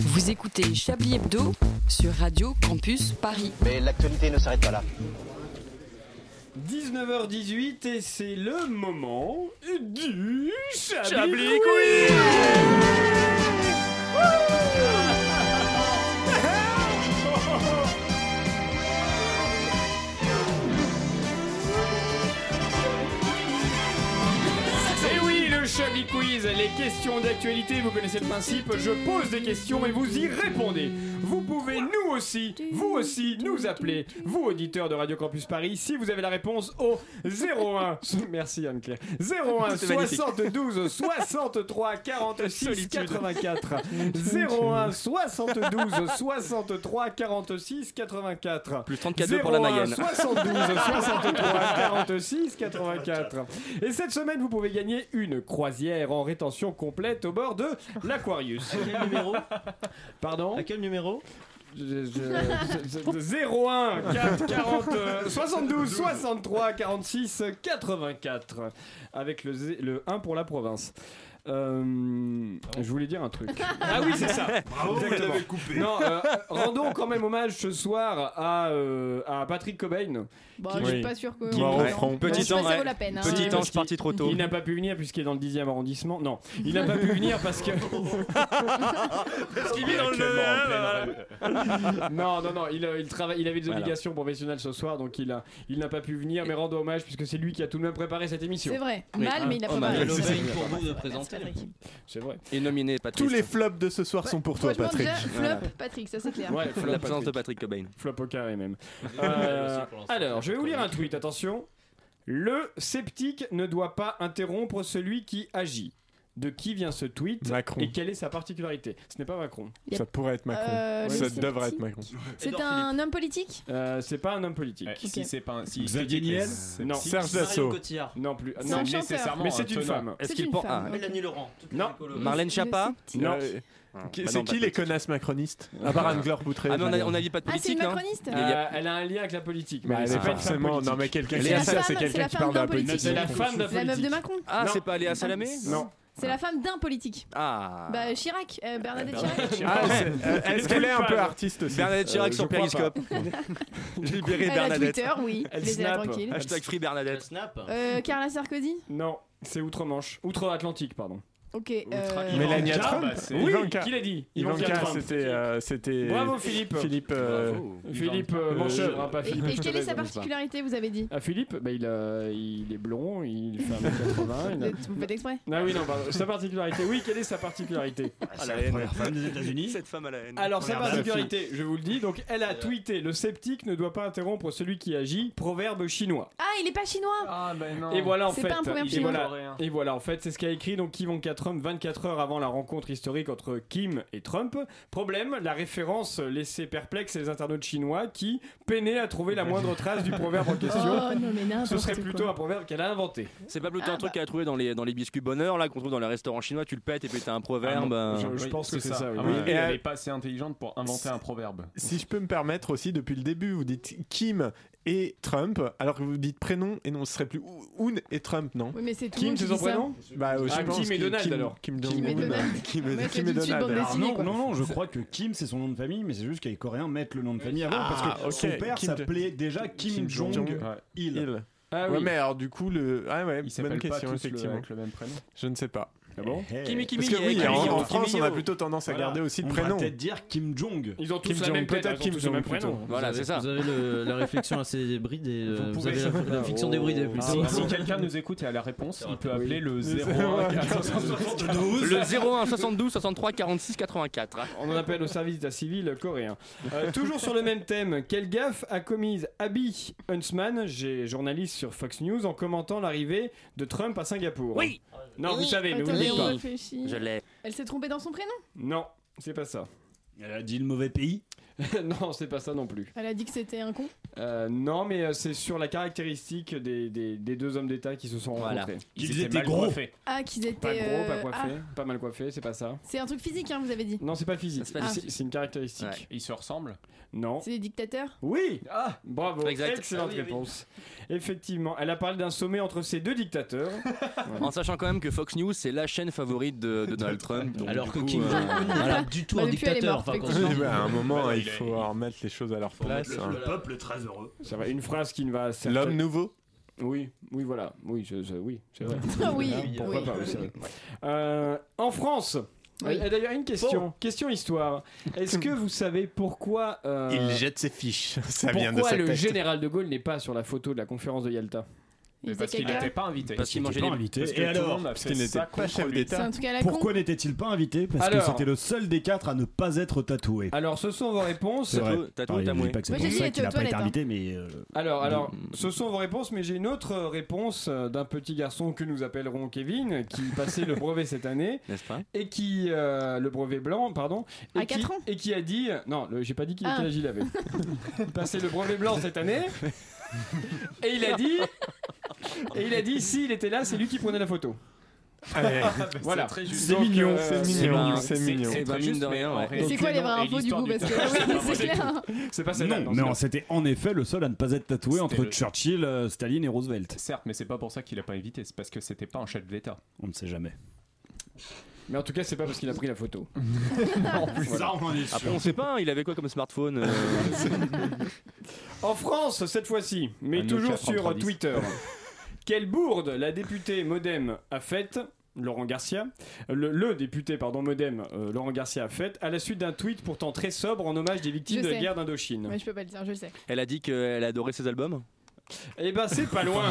Speaker 9: Vous écoutez Chablis Hebdo sur Radio Campus Paris.
Speaker 16: Mais l'actualité ne s'arrête pas là.
Speaker 1: 19h18 et c'est le moment du Chablis,
Speaker 17: Chablis
Speaker 1: Quiz. Et Eh oui, le Chablis Quiz, les questions d'actualité, vous connaissez le principe, je pose des questions et vous y répondez. Vous pouvez nous aussi, vous aussi, nous appeler, vous auditeurs de Radio Campus Paris, si vous avez la réponse au 01, merci Anne-Claire, 01
Speaker 17: C'est magnifique.
Speaker 1: 72 63 46
Speaker 17: Solitude.
Speaker 1: 84, 01 72 63 46 84.
Speaker 4: Plus 34 pour la
Speaker 1: 01
Speaker 4: Mayenne.
Speaker 1: 72 63 46 84. Et cette semaine, vous pouvez gagner une croisière en rétention complète au bord de l'Aquarius.
Speaker 2: quel numéro
Speaker 1: Pardon
Speaker 2: À quel numéro
Speaker 1: 01 4 40 euh, 72 63 46 84 avec le, zé- le 1 pour la province. Euh, je voulais dire un truc. Ah oui, c'est ça.
Speaker 17: Bravo, vous
Speaker 1: Exactement.
Speaker 17: l'avez coupé.
Speaker 1: Non, euh, rendons quand même hommage ce soir à, euh, à Patrick Cobain.
Speaker 5: Bon,
Speaker 1: Qui-
Speaker 5: Bah, je suis pas sûr que.
Speaker 1: Qui-
Speaker 5: Ouais.
Speaker 1: Petit
Speaker 5: Je sais pas,
Speaker 1: ange,
Speaker 5: ça vaut
Speaker 1: ouais.
Speaker 5: la peine. hein.
Speaker 1: Petit ange parti
Speaker 4: trop
Speaker 1: tôt. Il n'a pas pu venir puisqu'il est dans le 10e arrondissement. Non, il n'a pas pu venir parce que.
Speaker 17: Parce qu'il vit dans le
Speaker 1: non, non, non, il, euh, il travaille, il avait des
Speaker 4: Voilà.
Speaker 1: obligations professionnelles ce soir, donc il, a, il n'a pas pu venir, mais rendons hommage puisque c'est lui qui a tout de même préparé cette émission.
Speaker 5: C'est vrai. Mal, mais il
Speaker 1: Oh,
Speaker 5: a préparé.
Speaker 4: Hommage.
Speaker 5: Hommage
Speaker 1: pour vous de
Speaker 5: présenter. Patrick.
Speaker 1: C'est vrai.
Speaker 4: Et nominé Patrick.
Speaker 3: Tous les flops de ce
Speaker 5: Bah,
Speaker 3: soir sont pour toi,
Speaker 5: Franchement,
Speaker 3: Patrick.
Speaker 5: déjà,
Speaker 4: Voilà.
Speaker 5: flop, Patrick, ça c'est clair.
Speaker 1: Ouais, flop
Speaker 4: L'absence de Patrick Cobain.
Speaker 1: Flop au carré même.
Speaker 4: Euh,
Speaker 1: Euh, alors, je vais vous lire un tweet, attention. Le sceptique ne doit pas interrompre celui qui agit. De qui vient ce tweet
Speaker 3: Macron.
Speaker 1: et quelle est sa particularité Ce n'est pas Macron.
Speaker 5: Yep.
Speaker 3: Ça pourrait être Macron.
Speaker 5: Euh,
Speaker 3: Ça
Speaker 5: le
Speaker 3: devrait être
Speaker 5: sceptique.
Speaker 3: Macron.
Speaker 5: C'est un homme politique
Speaker 1: Euh, c'est pas un homme politique.
Speaker 12: Eh, si Ok. c'est pas un- si
Speaker 1: Xavier
Speaker 12: c'est-
Speaker 1: Niel
Speaker 12: c'est-
Speaker 1: Non.
Speaker 12: si- Serge Mario Dassault.
Speaker 2: Cotillard.
Speaker 1: Non plus.
Speaker 12: C'est
Speaker 1: Non,
Speaker 12: un chanteur. nécessairement
Speaker 1: hein. Mais c'est
Speaker 12: un
Speaker 1: une
Speaker 12: tenant.
Speaker 1: femme.
Speaker 12: Est-ce C'est qu'il une porte- femme, ah, ok.
Speaker 2: Mélanie Laurent. toutes les
Speaker 1: Non.
Speaker 2: écolos.
Speaker 4: Marlène Chapa
Speaker 1: Non.
Speaker 3: Euh, qui-
Speaker 4: bah
Speaker 3: c'est
Speaker 4: non,
Speaker 3: qui
Speaker 4: bah,
Speaker 3: les connasses macronistes À part Anne-Claire Poutré.
Speaker 4: Ah, mais on a- on n'avait pas de
Speaker 5: Ah, c'est
Speaker 4: politique.
Speaker 5: une
Speaker 4: hein.
Speaker 5: macroniste
Speaker 4: Il y a-
Speaker 1: Euh, elle a un lien avec la politique.
Speaker 3: Mais
Speaker 1: mais
Speaker 3: elle
Speaker 1: c'est
Speaker 3: est
Speaker 1: pas une femme
Speaker 3: forcément.
Speaker 1: politique.
Speaker 3: Non, mais quelqu'un
Speaker 5: C'est
Speaker 3: qui
Speaker 5: la
Speaker 3: dit ça,
Speaker 5: femme-
Speaker 3: c'est
Speaker 5: c'est
Speaker 3: quelqu'un
Speaker 5: la
Speaker 3: qui
Speaker 5: femme
Speaker 3: parle de
Speaker 5: d'un
Speaker 3: la
Speaker 5: politique.
Speaker 3: politique.
Speaker 1: C'est la femme d'un
Speaker 5: La meuf de
Speaker 1: politique.
Speaker 5: Macron
Speaker 4: Ah,
Speaker 1: Non.
Speaker 4: c'est pas Léa Salamé
Speaker 1: Non. Eh,
Speaker 5: C'est la femme d'un politique.
Speaker 4: Ah.
Speaker 5: Bah, Chirac, euh, Bernadette Chirac.
Speaker 3: Ah, c'est- euh, Est-ce qu'elle est un peu artiste aussi
Speaker 4: Bernadette Chirac
Speaker 1: Euh,
Speaker 4: sur Periscope. Libéré
Speaker 5: Elle a
Speaker 4: Bernadette.
Speaker 5: Twitter, oui.
Speaker 1: Elle
Speaker 5: Laissez-la
Speaker 1: snap.
Speaker 5: tranquille.
Speaker 4: Hashtag Free Bernadette.
Speaker 2: Snap.
Speaker 5: Euh, Carla Sarkozy
Speaker 1: Non, c'est Outre-Manche. Outre-Atlantique, pardon.
Speaker 5: Ok. euh,
Speaker 3: Mélania
Speaker 1: Ivanka,
Speaker 3: Trump
Speaker 1: bah, c'est-
Speaker 3: Oui,
Speaker 1: Ivanka. qui l'a dit Ivanka
Speaker 3: Ivanka,
Speaker 1: Trump.
Speaker 3: c'était. euh, c'était-
Speaker 1: Bravo, Philippe.
Speaker 3: Philippe. euh,
Speaker 1: Philippe euh, Manchevre, hein, pas
Speaker 5: Et,
Speaker 1: Philippe.
Speaker 5: et quelle est sa
Speaker 1: Manchevre, n'est-ce pas.
Speaker 5: particularité, vous avez dit
Speaker 1: Ah, Philippe, bah, il, a- il est blond, il fait 1m80. il a-
Speaker 5: Vous faites exprès
Speaker 1: Ah oui, non, pardon. Sa particularité. Oui, quelle est sa particularité
Speaker 4: À la haine. Cette femme à la haine.
Speaker 1: Alors, sa particularité, je vous le dis, donc elle a tweeté Le sceptique ne doit pas interrompre celui qui agit, proverbe chinois.
Speaker 5: Ah, il est pas chinois
Speaker 1: Et voilà en
Speaker 5: C'est
Speaker 1: fait.
Speaker 5: pas un proverbe
Speaker 1: et,
Speaker 5: chinois.
Speaker 1: voilà, et voilà en fait, c'est ce qu'a écrit donc Kim Wonka Trump 24 heures avant la rencontre historique entre Kim et Trump. Problème, la référence laissait perplexe les internautes chinois qui peinaient à trouver la moindre trace du proverbe en question.
Speaker 5: Oh non, mais n'importe
Speaker 1: ce serait
Speaker 5: quoi.
Speaker 1: plutôt un proverbe qu'elle a inventé.
Speaker 4: C'est pas plutôt un truc qu'elle a trouvé dans les, dans les biscuits bonheur là qu'on trouve dans les restaurants chinois, tu le pètes et puis t'as un proverbe.
Speaker 1: Ah,
Speaker 4: euh,
Speaker 1: je- je-
Speaker 12: Oui,
Speaker 1: pense que c'est ça, oui.
Speaker 12: À mon
Speaker 1: Oui,
Speaker 12: avis,
Speaker 3: Ah, et euh,
Speaker 12: elle
Speaker 3: à-
Speaker 12: n'est pas assez intelligente pour inventer un proverbe.
Speaker 3: Si je peux me permettre aussi, depuis le début, vous dites Kim et Trump, alors que vous dites prénom, et non, ce serait plus Un et Trump, non
Speaker 5: Oui, mais c'est tout. le
Speaker 1: Kim,
Speaker 5: monde
Speaker 1: c'est
Speaker 5: qui
Speaker 1: son
Speaker 5: dit ça.
Speaker 1: prénom
Speaker 3: Bah, euh, je
Speaker 1: Ah,
Speaker 3: pense
Speaker 1: Kim et
Speaker 3: que-
Speaker 1: Donald,
Speaker 3: Kim-
Speaker 1: alors.
Speaker 3: Kim
Speaker 5: Kim et
Speaker 3: Jong-un.
Speaker 5: Donald.
Speaker 3: Kim
Speaker 5: Ouais,
Speaker 3: et-
Speaker 5: c'est
Speaker 3: Kim
Speaker 5: tout
Speaker 3: et
Speaker 5: de suite
Speaker 3: Donald.
Speaker 5: bande
Speaker 3: alors.
Speaker 5: dessinée.
Speaker 18: non,
Speaker 5: quoi.
Speaker 18: non, non, je crois que Kim, c'est son nom de famille, mais c'est juste que les Coréens mettent le nom de famille avant
Speaker 3: Ah,
Speaker 18: parce que
Speaker 3: ok.
Speaker 18: son père
Speaker 3: Kim-
Speaker 18: s'appelait déjà Kim, Jong-il.
Speaker 3: Jong-il.
Speaker 1: Ah
Speaker 3: Ouais,
Speaker 1: oui.
Speaker 3: mais alors du coup, le. Ah ouais,
Speaker 12: Ils
Speaker 3: bonne
Speaker 12: s'appellent pas
Speaker 3: question,
Speaker 12: tous le,
Speaker 3: effectivement.
Speaker 12: avec le même prénom.
Speaker 3: Je ne sais pas.
Speaker 1: Ah bon
Speaker 18: Eh,
Speaker 1: Kimi Kimi
Speaker 3: Parce que oui,
Speaker 1: eh,
Speaker 3: en,
Speaker 1: Kimi,
Speaker 3: en
Speaker 1: Kimi,
Speaker 3: France, on
Speaker 1: Kimi,
Speaker 3: a
Speaker 1: oh.
Speaker 3: plutôt tendance à
Speaker 18: Voilà.
Speaker 3: garder aussi le
Speaker 18: On
Speaker 3: prénom.
Speaker 18: va peut-être dire Kim Jong.
Speaker 1: Ils ont tous
Speaker 3: Kim
Speaker 1: la
Speaker 3: Jong,
Speaker 1: même tête,
Speaker 3: peut-être
Speaker 1: ils ont
Speaker 3: Kim
Speaker 1: tous le
Speaker 3: Jong
Speaker 1: même
Speaker 3: plutôt.
Speaker 1: prénom.
Speaker 4: Voilà, c'est ça.
Speaker 2: Vous avez le- la réflexion assez bridée. euh, Vous,
Speaker 12: pouvez-
Speaker 2: avez la, la fiction Oh. débridée
Speaker 12: Ah,
Speaker 2: plutôt.
Speaker 12: si quelqu'un nous écoute et a la réponse, il peut appeler le
Speaker 3: zéro
Speaker 12: 01 472.
Speaker 4: Le 01 72 63 46 84.
Speaker 1: On en appelle au service d'état civil coréen. Euh, toujours sur le même thème, quelle gaffe a commise Abby Huntsman, j'ai journaliste sur Fox News, en commentant l'arrivée de Trump à Singapour
Speaker 4: Oui.
Speaker 1: Non, vous
Speaker 5: Oui.
Speaker 1: savez, mais vous ne
Speaker 5: Attendez,
Speaker 1: dites
Speaker 5: on
Speaker 1: pas.
Speaker 5: réfléchit.
Speaker 4: Je l'ai.
Speaker 5: Elle s'est trompée dans son prénom
Speaker 1: Non, c'est pas ça.
Speaker 18: Elle a dit le mauvais pays.
Speaker 1: non, c'est pas ça non plus.
Speaker 5: Elle a dit que c'était un con
Speaker 1: Euh, non, mais euh, c'est sur la caractéristique des, des- des deux hommes d'État qui se sont
Speaker 4: Voilà.
Speaker 1: rencontrés.
Speaker 4: Qu'ils Ils étaient étaient mal gros. coiffés.
Speaker 5: Ah, qu'ils étaient.
Speaker 1: Pas gros, pas
Speaker 5: euh,
Speaker 1: coiffés,
Speaker 5: ah,
Speaker 1: pas mal coiffés, c'est pas ça.
Speaker 5: c'est un truc physique, hein, vous avez dit.
Speaker 1: Non, c'est pas physique.
Speaker 5: pas
Speaker 1: C'est
Speaker 5: physique.
Speaker 1: c'est une caractéristique.
Speaker 12: Ils se ressemblent
Speaker 1: Non.
Speaker 5: C'est des dictateurs
Speaker 1: Oui Ah Bravo,
Speaker 4: Exact.
Speaker 1: excellente
Speaker 4: Ah oui, oui.
Speaker 1: réponse. Effectivement, elle a parlé d'un sommet entre ces deux dictateurs.
Speaker 4: En sachant quand même que Fox News, c'est la chaîne favorite de, de Donald Trump. donc
Speaker 2: Alors
Speaker 4: du
Speaker 2: que
Speaker 4: coup,
Speaker 2: Kim
Speaker 4: euh,
Speaker 2: Jong-un n'est
Speaker 4: voilà.
Speaker 2: pas du tout Bah, un depuis, elle est dictateur, morte, enfin, qu'on se-
Speaker 3: Oui, bah, à un moment,
Speaker 12: Bah,
Speaker 3: il
Speaker 12: il a-
Speaker 3: faut remettre les choses à leur place. hein.
Speaker 12: peuple très heureux.
Speaker 1: Ça va, une phrase qui ne va.
Speaker 3: L'homme nouveau
Speaker 1: Oui, oui, voilà. Oui, je- je- oui c'est vrai.
Speaker 5: Oui,
Speaker 1: Hein, Pourquoi
Speaker 5: oui.
Speaker 1: pas oui, c'est vrai. Euh, En France.
Speaker 5: Oui.
Speaker 1: Et D'ailleurs, une question, question histoire. Est-ce que vous savez pourquoi euh,
Speaker 3: Il jette ses fiches. Ça
Speaker 1: pourquoi
Speaker 3: vient de sa
Speaker 1: le
Speaker 3: tête.
Speaker 1: général de Gaulle n'est pas sur la photo de la conférence de Yalta
Speaker 5: Il
Speaker 12: Parce qu'il n'était pas invité.
Speaker 4: Parce qu'il
Speaker 12: Parce
Speaker 4: mangeait
Speaker 12: qu'il
Speaker 4: des-
Speaker 12: était pas invité.
Speaker 18: Parce que
Speaker 12: Et
Speaker 18: tout le
Speaker 12: alors
Speaker 18: monde a
Speaker 12: Parce
Speaker 18: fait
Speaker 12: qu'il n'était
Speaker 18: ça
Speaker 12: pas chef
Speaker 5: C'est
Speaker 12: d'État.
Speaker 5: un truc à la
Speaker 18: Pourquoi
Speaker 5: con.
Speaker 18: n'était-il pas invité Parce
Speaker 1: Alors. Ah
Speaker 18: que c'était le seul des quatre à ne pas être tatoué.
Speaker 1: Alors, ce sont vos réponses.
Speaker 18: C'est vrai. Pareil, je dis
Speaker 1: tamoué.
Speaker 18: pas que c'est
Speaker 5: Moi,
Speaker 18: pour
Speaker 5: j'ai dit
Speaker 18: ça
Speaker 5: les
Speaker 18: qu'il n'a pas
Speaker 5: toilettes,
Speaker 18: été
Speaker 5: hein.
Speaker 18: invité, mais euh,
Speaker 1: Alors,
Speaker 4: Mm.
Speaker 1: alors, ce sont vos réponses, mais j'ai une autre réponse euh, d'un petit garçon que nous appellerons Kevin, qui passait le brevet cette année,
Speaker 4: N'est-ce pas
Speaker 1: et qui euh, le brevet blanc, pardon,
Speaker 5: À
Speaker 1: et qui,
Speaker 5: quatre ans
Speaker 1: et qui a dit non, le- j'ai pas dit qu'il
Speaker 5: Ah.
Speaker 1: quel âge il avait. Il passait le brevet blanc cette année, et il a dit, et il a dit s'il était là, c'est lui qui prenait la photo.
Speaker 3: Allez.
Speaker 1: voilà,
Speaker 12: très juste.
Speaker 3: C'est
Speaker 1: Donc,
Speaker 3: mignon,
Speaker 1: euh,
Speaker 3: c'est
Speaker 4: c'est
Speaker 3: mignon,
Speaker 4: pas-
Speaker 3: c'est
Speaker 4: c'est-
Speaker 3: mignon.
Speaker 4: c'est
Speaker 1: Eh ben,
Speaker 12: Très
Speaker 4: pas
Speaker 12: juste,
Speaker 4: mine de
Speaker 12: mais
Speaker 4: rien,
Speaker 12: en
Speaker 4: ouais.
Speaker 12: réalité,
Speaker 5: C'est quoi les
Speaker 12: non,
Speaker 5: vraies
Speaker 12: et
Speaker 5: infos du
Speaker 12: l'histoire
Speaker 5: coup
Speaker 12: du
Speaker 5: Parce que
Speaker 12: tatouage,
Speaker 5: oui,
Speaker 12: c'est
Speaker 5: c'est clair.
Speaker 1: C'est pas celle-là.
Speaker 18: non,
Speaker 1: c'est
Speaker 18: mais
Speaker 1: pas-
Speaker 18: on- c'était en effet le seul à ne pas être tatoué entre
Speaker 12: le-
Speaker 18: Churchill, euh, Staline et Roosevelt.
Speaker 12: Certes, mais c'est pas pour ça qu'il a pas invité, c'est parce que c'était pas un chef d'État.
Speaker 18: On ne sait jamais.
Speaker 1: Mais en tout cas, c'est pas parce qu'il a pris la photo.
Speaker 4: Après, on sait pas, hein, il avait quoi comme smartphone euh,
Speaker 1: En France, cette fois-ci, mais
Speaker 12: Un
Speaker 1: toujours
Speaker 12: Nokia
Speaker 1: sur
Speaker 12: 3310.
Speaker 1: Twitter. Quelle bourde la députée Modem a faite Laurent Garcia, le, le député pardon Modem euh, Laurent Garcia a faite à la suite d'un tweet pourtant très sobre en hommage des victimes
Speaker 5: Je
Speaker 1: de la
Speaker 5: sais.
Speaker 1: guerre d'Indochine.
Speaker 5: Mais je peux pas le dire, je le sais.
Speaker 4: Elle a dit qu'elle adorait ses albums
Speaker 1: Eh ben c'est pas loin.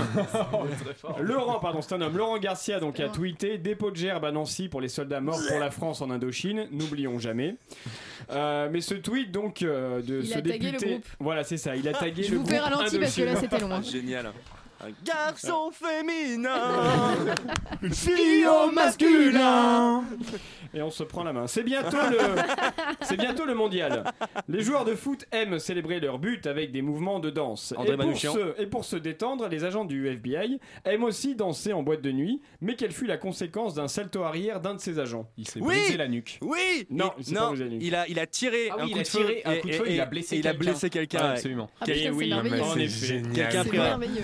Speaker 1: Laurent, pardon, c'est un homme. Laurent Garcia donc a tweeté dépôt de gerbe à Nancy pour les soldats morts pour la France en Indochine. N'oublions jamais. Euh, mais ce tweet donc euh, de
Speaker 5: Il
Speaker 1: ce
Speaker 5: a tagué le
Speaker 1: député,
Speaker 5: groupe.
Speaker 1: voilà c'est ça, il a tagué
Speaker 5: Je
Speaker 1: le
Speaker 5: vous fais
Speaker 1: groupe
Speaker 5: ralentir parce que
Speaker 1: Indochine.
Speaker 5: là c'était hein. loin.
Speaker 4: Génial. Un garçon féminin
Speaker 18: Fillon masculin
Speaker 1: Et on se prend la main. C'est bientôt le, c'est bientôt le mondial. Les joueurs de foot aiment célébrer leur but avec des mouvements de danse.
Speaker 4: André
Speaker 1: et, pour
Speaker 4: Manouchian.
Speaker 1: se, et pour se détendre, les agents du FBI aiment aussi danser en boîte de nuit. Mais quelle fut la conséquence d'un salto arrière d'un de ces agents
Speaker 12: Il s'est
Speaker 4: Oui
Speaker 12: brisé la nuque.
Speaker 4: Oui
Speaker 1: Non,
Speaker 4: il,
Speaker 1: c'est pas Rosanne Hugues.
Speaker 4: il a, il a tiré
Speaker 12: Ah oui,
Speaker 4: un
Speaker 12: il
Speaker 4: coup
Speaker 12: a
Speaker 4: de feu.
Speaker 12: tiré un coup de feu, il a blessé
Speaker 4: et il a
Speaker 12: quelqu'un.
Speaker 4: blessé quelqu'un.
Speaker 12: Ah,
Speaker 4: ouais.
Speaker 12: absolument.
Speaker 5: Ah putain, c'est merveilleux.
Speaker 1: en
Speaker 3: C'est
Speaker 1: effet.
Speaker 3: génial.
Speaker 4: Quelqu'un a
Speaker 5: C'est
Speaker 4: pris un-
Speaker 5: merveilleux.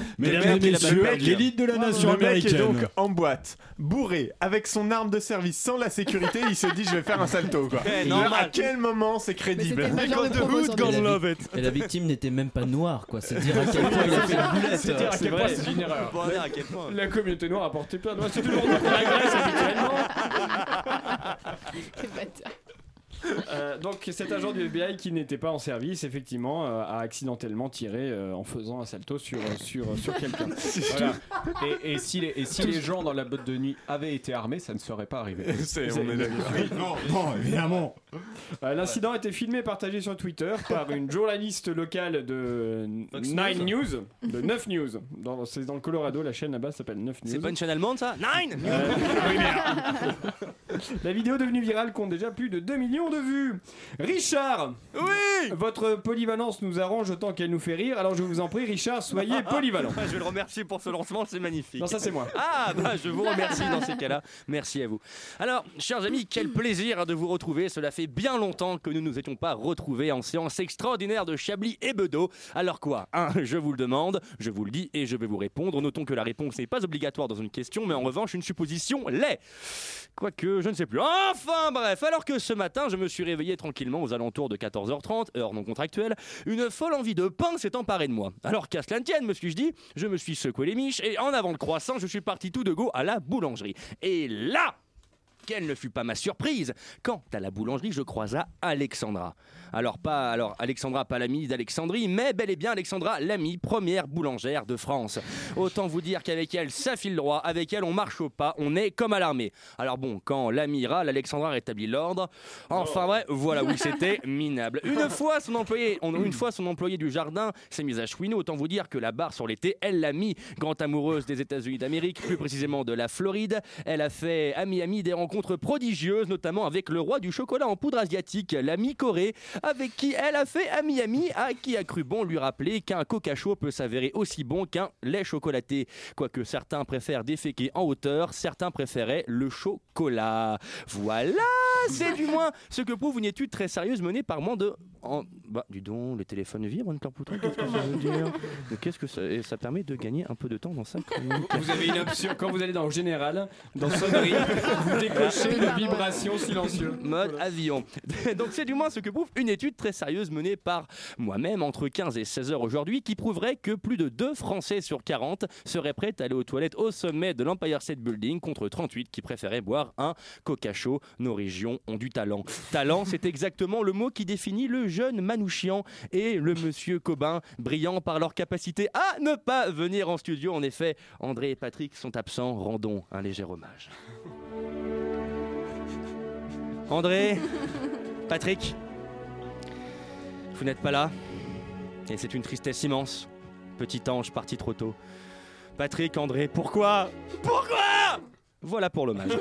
Speaker 4: Le
Speaker 18: Mesdames
Speaker 4: mec,
Speaker 18: et
Speaker 4: il a
Speaker 18: messieurs,
Speaker 4: pas le mec.
Speaker 18: l'élite de la nation
Speaker 3: Le mec est donc
Speaker 18: américaine.
Speaker 3: en boîte, bourré, avec son arme de service, sans la sécurité, il se dit je vais faire un salto quoi.
Speaker 4: Eh,
Speaker 3: Et
Speaker 4: normal.
Speaker 3: À quel moment c'est crédible
Speaker 5: Mais c'était le genre de hein. propos sur
Speaker 2: Et la,
Speaker 5: Gone
Speaker 2: vic- et la victime n'était même pas noire, quoi. C'est dire à quel point il a fait une boulette.
Speaker 1: C'est dire Ah, à quel point c'est une erreur.
Speaker 4: Pour en dire à quel point.
Speaker 1: La communauté noire a porté plainte. Ouais, C'est toujours nous qu'on agresse habituellement.
Speaker 5: Quel bâtard.
Speaker 1: Euh, donc cet agent du FBI qui n'était pas en service, effectivement, euh, a accidentellement tiré euh, en faisant un salto sur, euh, sur, sur quelqu'un. Voilà.
Speaker 12: Et, et si, les, et si les gens dans la boîte de nuit avaient été armés, ça ne serait pas arrivé.
Speaker 3: C'est- on est d'accord.
Speaker 18: Non, non, évidemment.
Speaker 1: Euh, L'incident a été filmé et partagé sur Twitter par une journaliste locale de
Speaker 4: Fox
Speaker 1: 9 News. de 9 News. Dans- C'est dans le Colorado, la chaîne là-bas s'appelle 9 News.
Speaker 4: C'est pas une chaîne allemande ça Nine
Speaker 1: Euh, la vidéo devenue virale compte déjà plus de 2 millions de vues. Richard
Speaker 4: Oui
Speaker 1: Votre polyvalence nous arrange autant qu'elle nous fait rire, alors je vous en prie, Richard, soyez polyvalent.
Speaker 4: Ah, Je le remercie pour ce lancement, c'est magnifique.
Speaker 1: Non, ça c'est moi.
Speaker 4: Ah, bah, je vous remercie dans ces cas-là. Merci à vous. Alors, chers amis, quel plaisir de vous retrouver. Cela fait bien longtemps que nous ne nous étions pas retrouvés en séance extraordinaire de Chablis et Bedeau. Alors quoi hein, Je vous le demande, je vous le dis et je vais vous répondre. Notons que la réponse n'est pas obligatoire dans une question, mais en revanche, une supposition l'est. Quoique, je ne sais plus. Enfin bref, alors que ce matin, je me suis réveillé tranquillement aux alentours de 14h30, heure non contractuelle, une folle envie de pain s'est emparée de moi. Alors qu'à cela ne tienne, me suis-je dit, je me suis secoué les miches et en avant le croissant, je suis parti tout de go à la boulangerie. Et là quelle ne fut pas ma surprise quand, à la boulangerie, je croisa Alexandra. Alors pas, alors Alexandra, pas l'amie d'Alexandrie, mais bel et bien Alexandra, l'amie première boulangère de France. Autant vous dire qu'avec elle, ça file droit. Avec elle, on marche au pas. On est comme à l'armée. Alors bon, quand l'ami râle, Alexandra rétablit l'ordre. Enfin bref, voilà où c'était minable. Une fois son employé, on- une fois son employé du jardin s'est mis à chouiner. Autant vous dire que la barre sur l'été, elle l'a mis. Grande amoureuse des États-Unis d'Amérique, plus précisément de la Floride, elle a fait ami ami des rencontres rencontres prodigieuses, notamment avec le roi du chocolat en poudre asiatique, l'ami Corée, avec qui elle a fait ami ami, à qui a cru bon lui rappeler qu'un coca chaud peut s'avérer aussi bon qu'un lait chocolaté. Quoique certains préfèrent déféquer en hauteur, certains préféraient le chocolat. Voilà, c'est du moins ce que prouve une étude très sérieuse menée par moins de... en- Bah, dis donc, le téléphone vibre, Anne-Claire Poutron, qu'est-ce que ça veut dire Mais Qu'est-ce que ça... Et ça permet de gagner un peu de temps dans sa chronique.
Speaker 1: Vous avez une option quand vous allez dans général, dans sonnerie, vous décochez une vibration silencieuse.
Speaker 4: Mode avion. Donc c'est du moins ce que prouve une étude très sérieuse menée par moi-même entre 15 et 16 heures aujourd'hui qui prouverait que plus de 2 Français sur 40 seraient prêts à aller aux toilettes au sommet de l'Empire State Building contre 38 qui préféraient boire un coca chaud. Nos régions ont du talent. Talent, c'est exactement le mot qui définit le jeune Manouchian et le monsieur Cobin, brillants par leur capacité à ne pas venir en studio. En effet, André et Patrick sont absents. Rendons un léger hommage. André, Patrick, vous n'êtes pas là. Et c'est une tristesse immense. Petit ange parti trop tôt. Patrick, André, pourquoi Pourquoi Voilà pour l'hommage.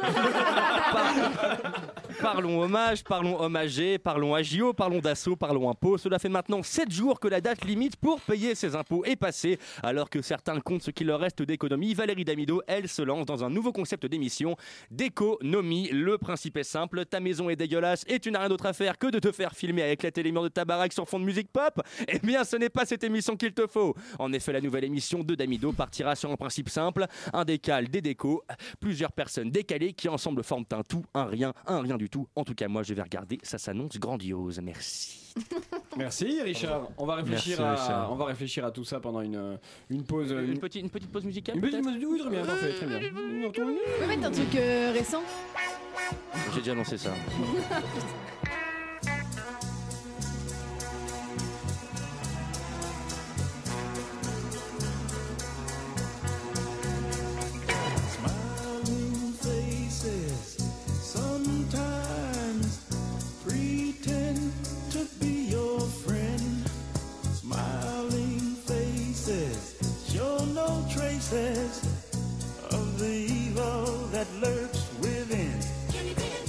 Speaker 4: Parlons hommage, parlons hommagé, parlons agio, parlons d'assaut, parlons impôts. Cela fait maintenant 7 jours que la date limite pour payer ses impôts est passée. Alors que certains comptent ce qu'il leur reste d'économie, Valérie Damido, elle, se lance dans un nouveau concept d'émission d'économie. Le principe est simple ta maison est dégueulasse et tu n'as rien d'autre à faire que de te faire filmer à éclater les murs de ta baraque sur fond de musique pop. Eh bien, ce n'est pas cette émission qu'il te faut. En effet, la nouvelle émission de Damido partira sur un principe simple un décal, des décos, plusieurs personnes décalées qui ensemble forment un tout, un rien, un rien du tout. En tout cas, moi, je vais regarder. Ça s'annonce grandiose. Merci.
Speaker 1: Merci Richard. On va réfléchir,
Speaker 4: Merci,
Speaker 1: à,
Speaker 4: Richard.
Speaker 1: on va réfléchir à tout ça pendant une, euh, une pause.
Speaker 4: Une, petite, une petite pause musicale
Speaker 1: Une petite
Speaker 4: peut-être
Speaker 1: pause- Oui, très bien, parfait, très bien.
Speaker 5: On peut mettre un truc euh, récent
Speaker 4: J'ai déjà lancé ça.
Speaker 17: Smiling faces sometimes pretend to be your friend. Smiling faces show no traces of the evil that lurks within.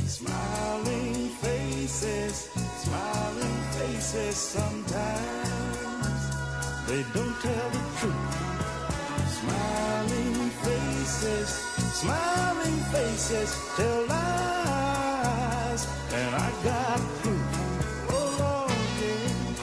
Speaker 17: Smiling faces, smiling faces sometimes they don't tell the truth. Smiling faces, smiling faces tell lies, and I got proof. Oh Lord, yeah.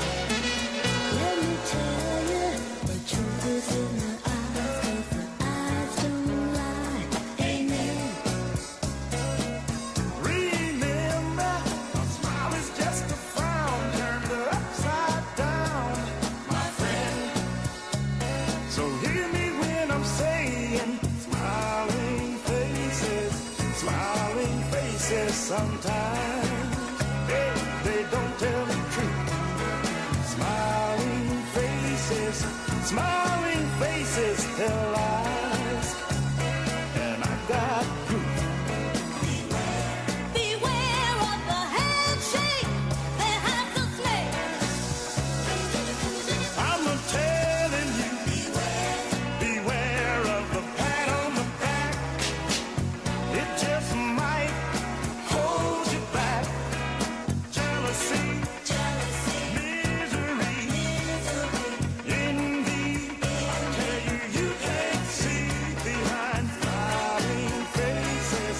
Speaker 16: Let me tell you, the truth is in the eyes, 'cause the eyes don't lie. Amen.
Speaker 17: Remember, a smile is just a frown turned upside down, my friend. So hear me when I'm saying, smiling faces, smiling faces sometimes. They, they don't tell the truth. Smiling faces, smiling faces tell lies. And I got proof.
Speaker 16: Beware of the handshake that has the snake.
Speaker 17: I'm a telling you, beware, beware of the pat on the back. It just might hold you back. Jealousy, jealousy, misery, misery, envy. I tell you, you can't see behind smiling faces,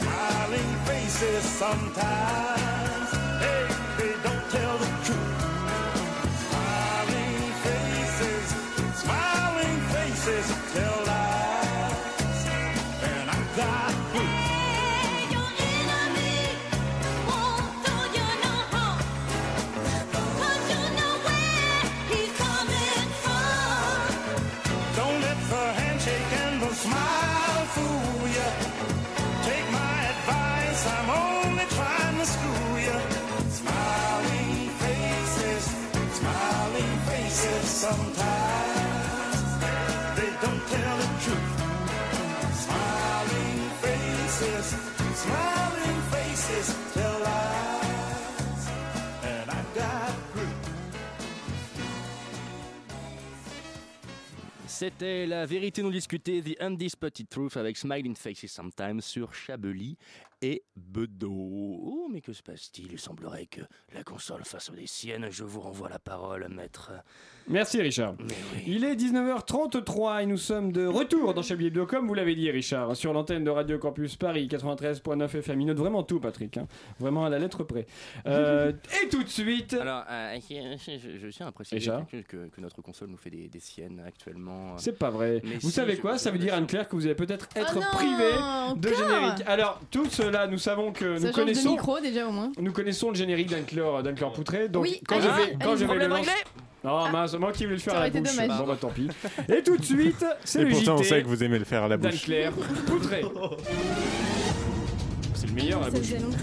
Speaker 17: smiling faces. Sometimes, hey, they don't tell the truth. Smiling faces, smiling faces tell lies, and I got proof.
Speaker 16: Your enemy won't do you no harm, 'cause you know where he's coming from.
Speaker 17: Don't let the handshake and the smile fool you. Take my advice, I'm only trying to school you. Smiling faces, smiling faces sometimes. They don't tell the truth. Smiling faces, smiling faces.
Speaker 16: faces tell lies, and I got proof.
Speaker 4: C'était la vérité non discutée, The Undisputed Truth avec Smiling Faces Sometimes sur Chablis et Bedeau. Oh, mais que se passe-t-il Il semblerait que la console fasse des siennes. Je vous renvoie la parole, maître.
Speaker 1: Merci Richard. Il est 19h33 et nous sommes de retour dans Chablis Hebdo, comme vous l'avez dit Richard, sur l'antenne de Radio Campus Paris 93.9 FM. Il note vraiment tout Patrick, hein. vraiment à la lettre près. Euh, et tout de suite...
Speaker 4: Alors, euh, je, je- je tiens à préciser
Speaker 1: Richard
Speaker 4: que, que- que notre console nous fait des, des siennes actuellement. euh.
Speaker 1: C'est pas vrai.
Speaker 4: Mais
Speaker 1: vous
Speaker 4: si,
Speaker 1: savez
Speaker 4: je-
Speaker 1: quoi
Speaker 4: je-
Speaker 1: Ça veut dire Anne-Claire que vous allez peut-être être
Speaker 5: Oh non,
Speaker 1: privé de
Speaker 5: encore
Speaker 1: générique. Alors tout cela, nous savons que
Speaker 5: Ça
Speaker 1: nous
Speaker 5: change de
Speaker 1: connaissons.
Speaker 5: micro déjà au moins.
Speaker 1: Nous connaissons le générique d'Anne-Claire d'Anne-Claire Poutré. Donc
Speaker 5: Oui, ah,
Speaker 1: quand je
Speaker 5: allez-y,
Speaker 1: vais, quand
Speaker 5: allez-y,
Speaker 1: je vais le
Speaker 5: problème
Speaker 1: lancer.
Speaker 5: réglé.
Speaker 1: Non, mince, moi qui vais le faire
Speaker 5: Ça aurait
Speaker 1: à la
Speaker 5: été
Speaker 1: bouche.
Speaker 5: dommage.
Speaker 1: Bon, bah tant pis. Et tout de suite, c'est
Speaker 3: Et
Speaker 1: le
Speaker 3: pourtant, on
Speaker 1: JT
Speaker 3: sait que vous aimez le faire à la bouche.
Speaker 1: d'Anne-Claire Poutré. C'est le meilleur à la
Speaker 5: Ça
Speaker 1: bouche.
Speaker 5: faisait longtemps.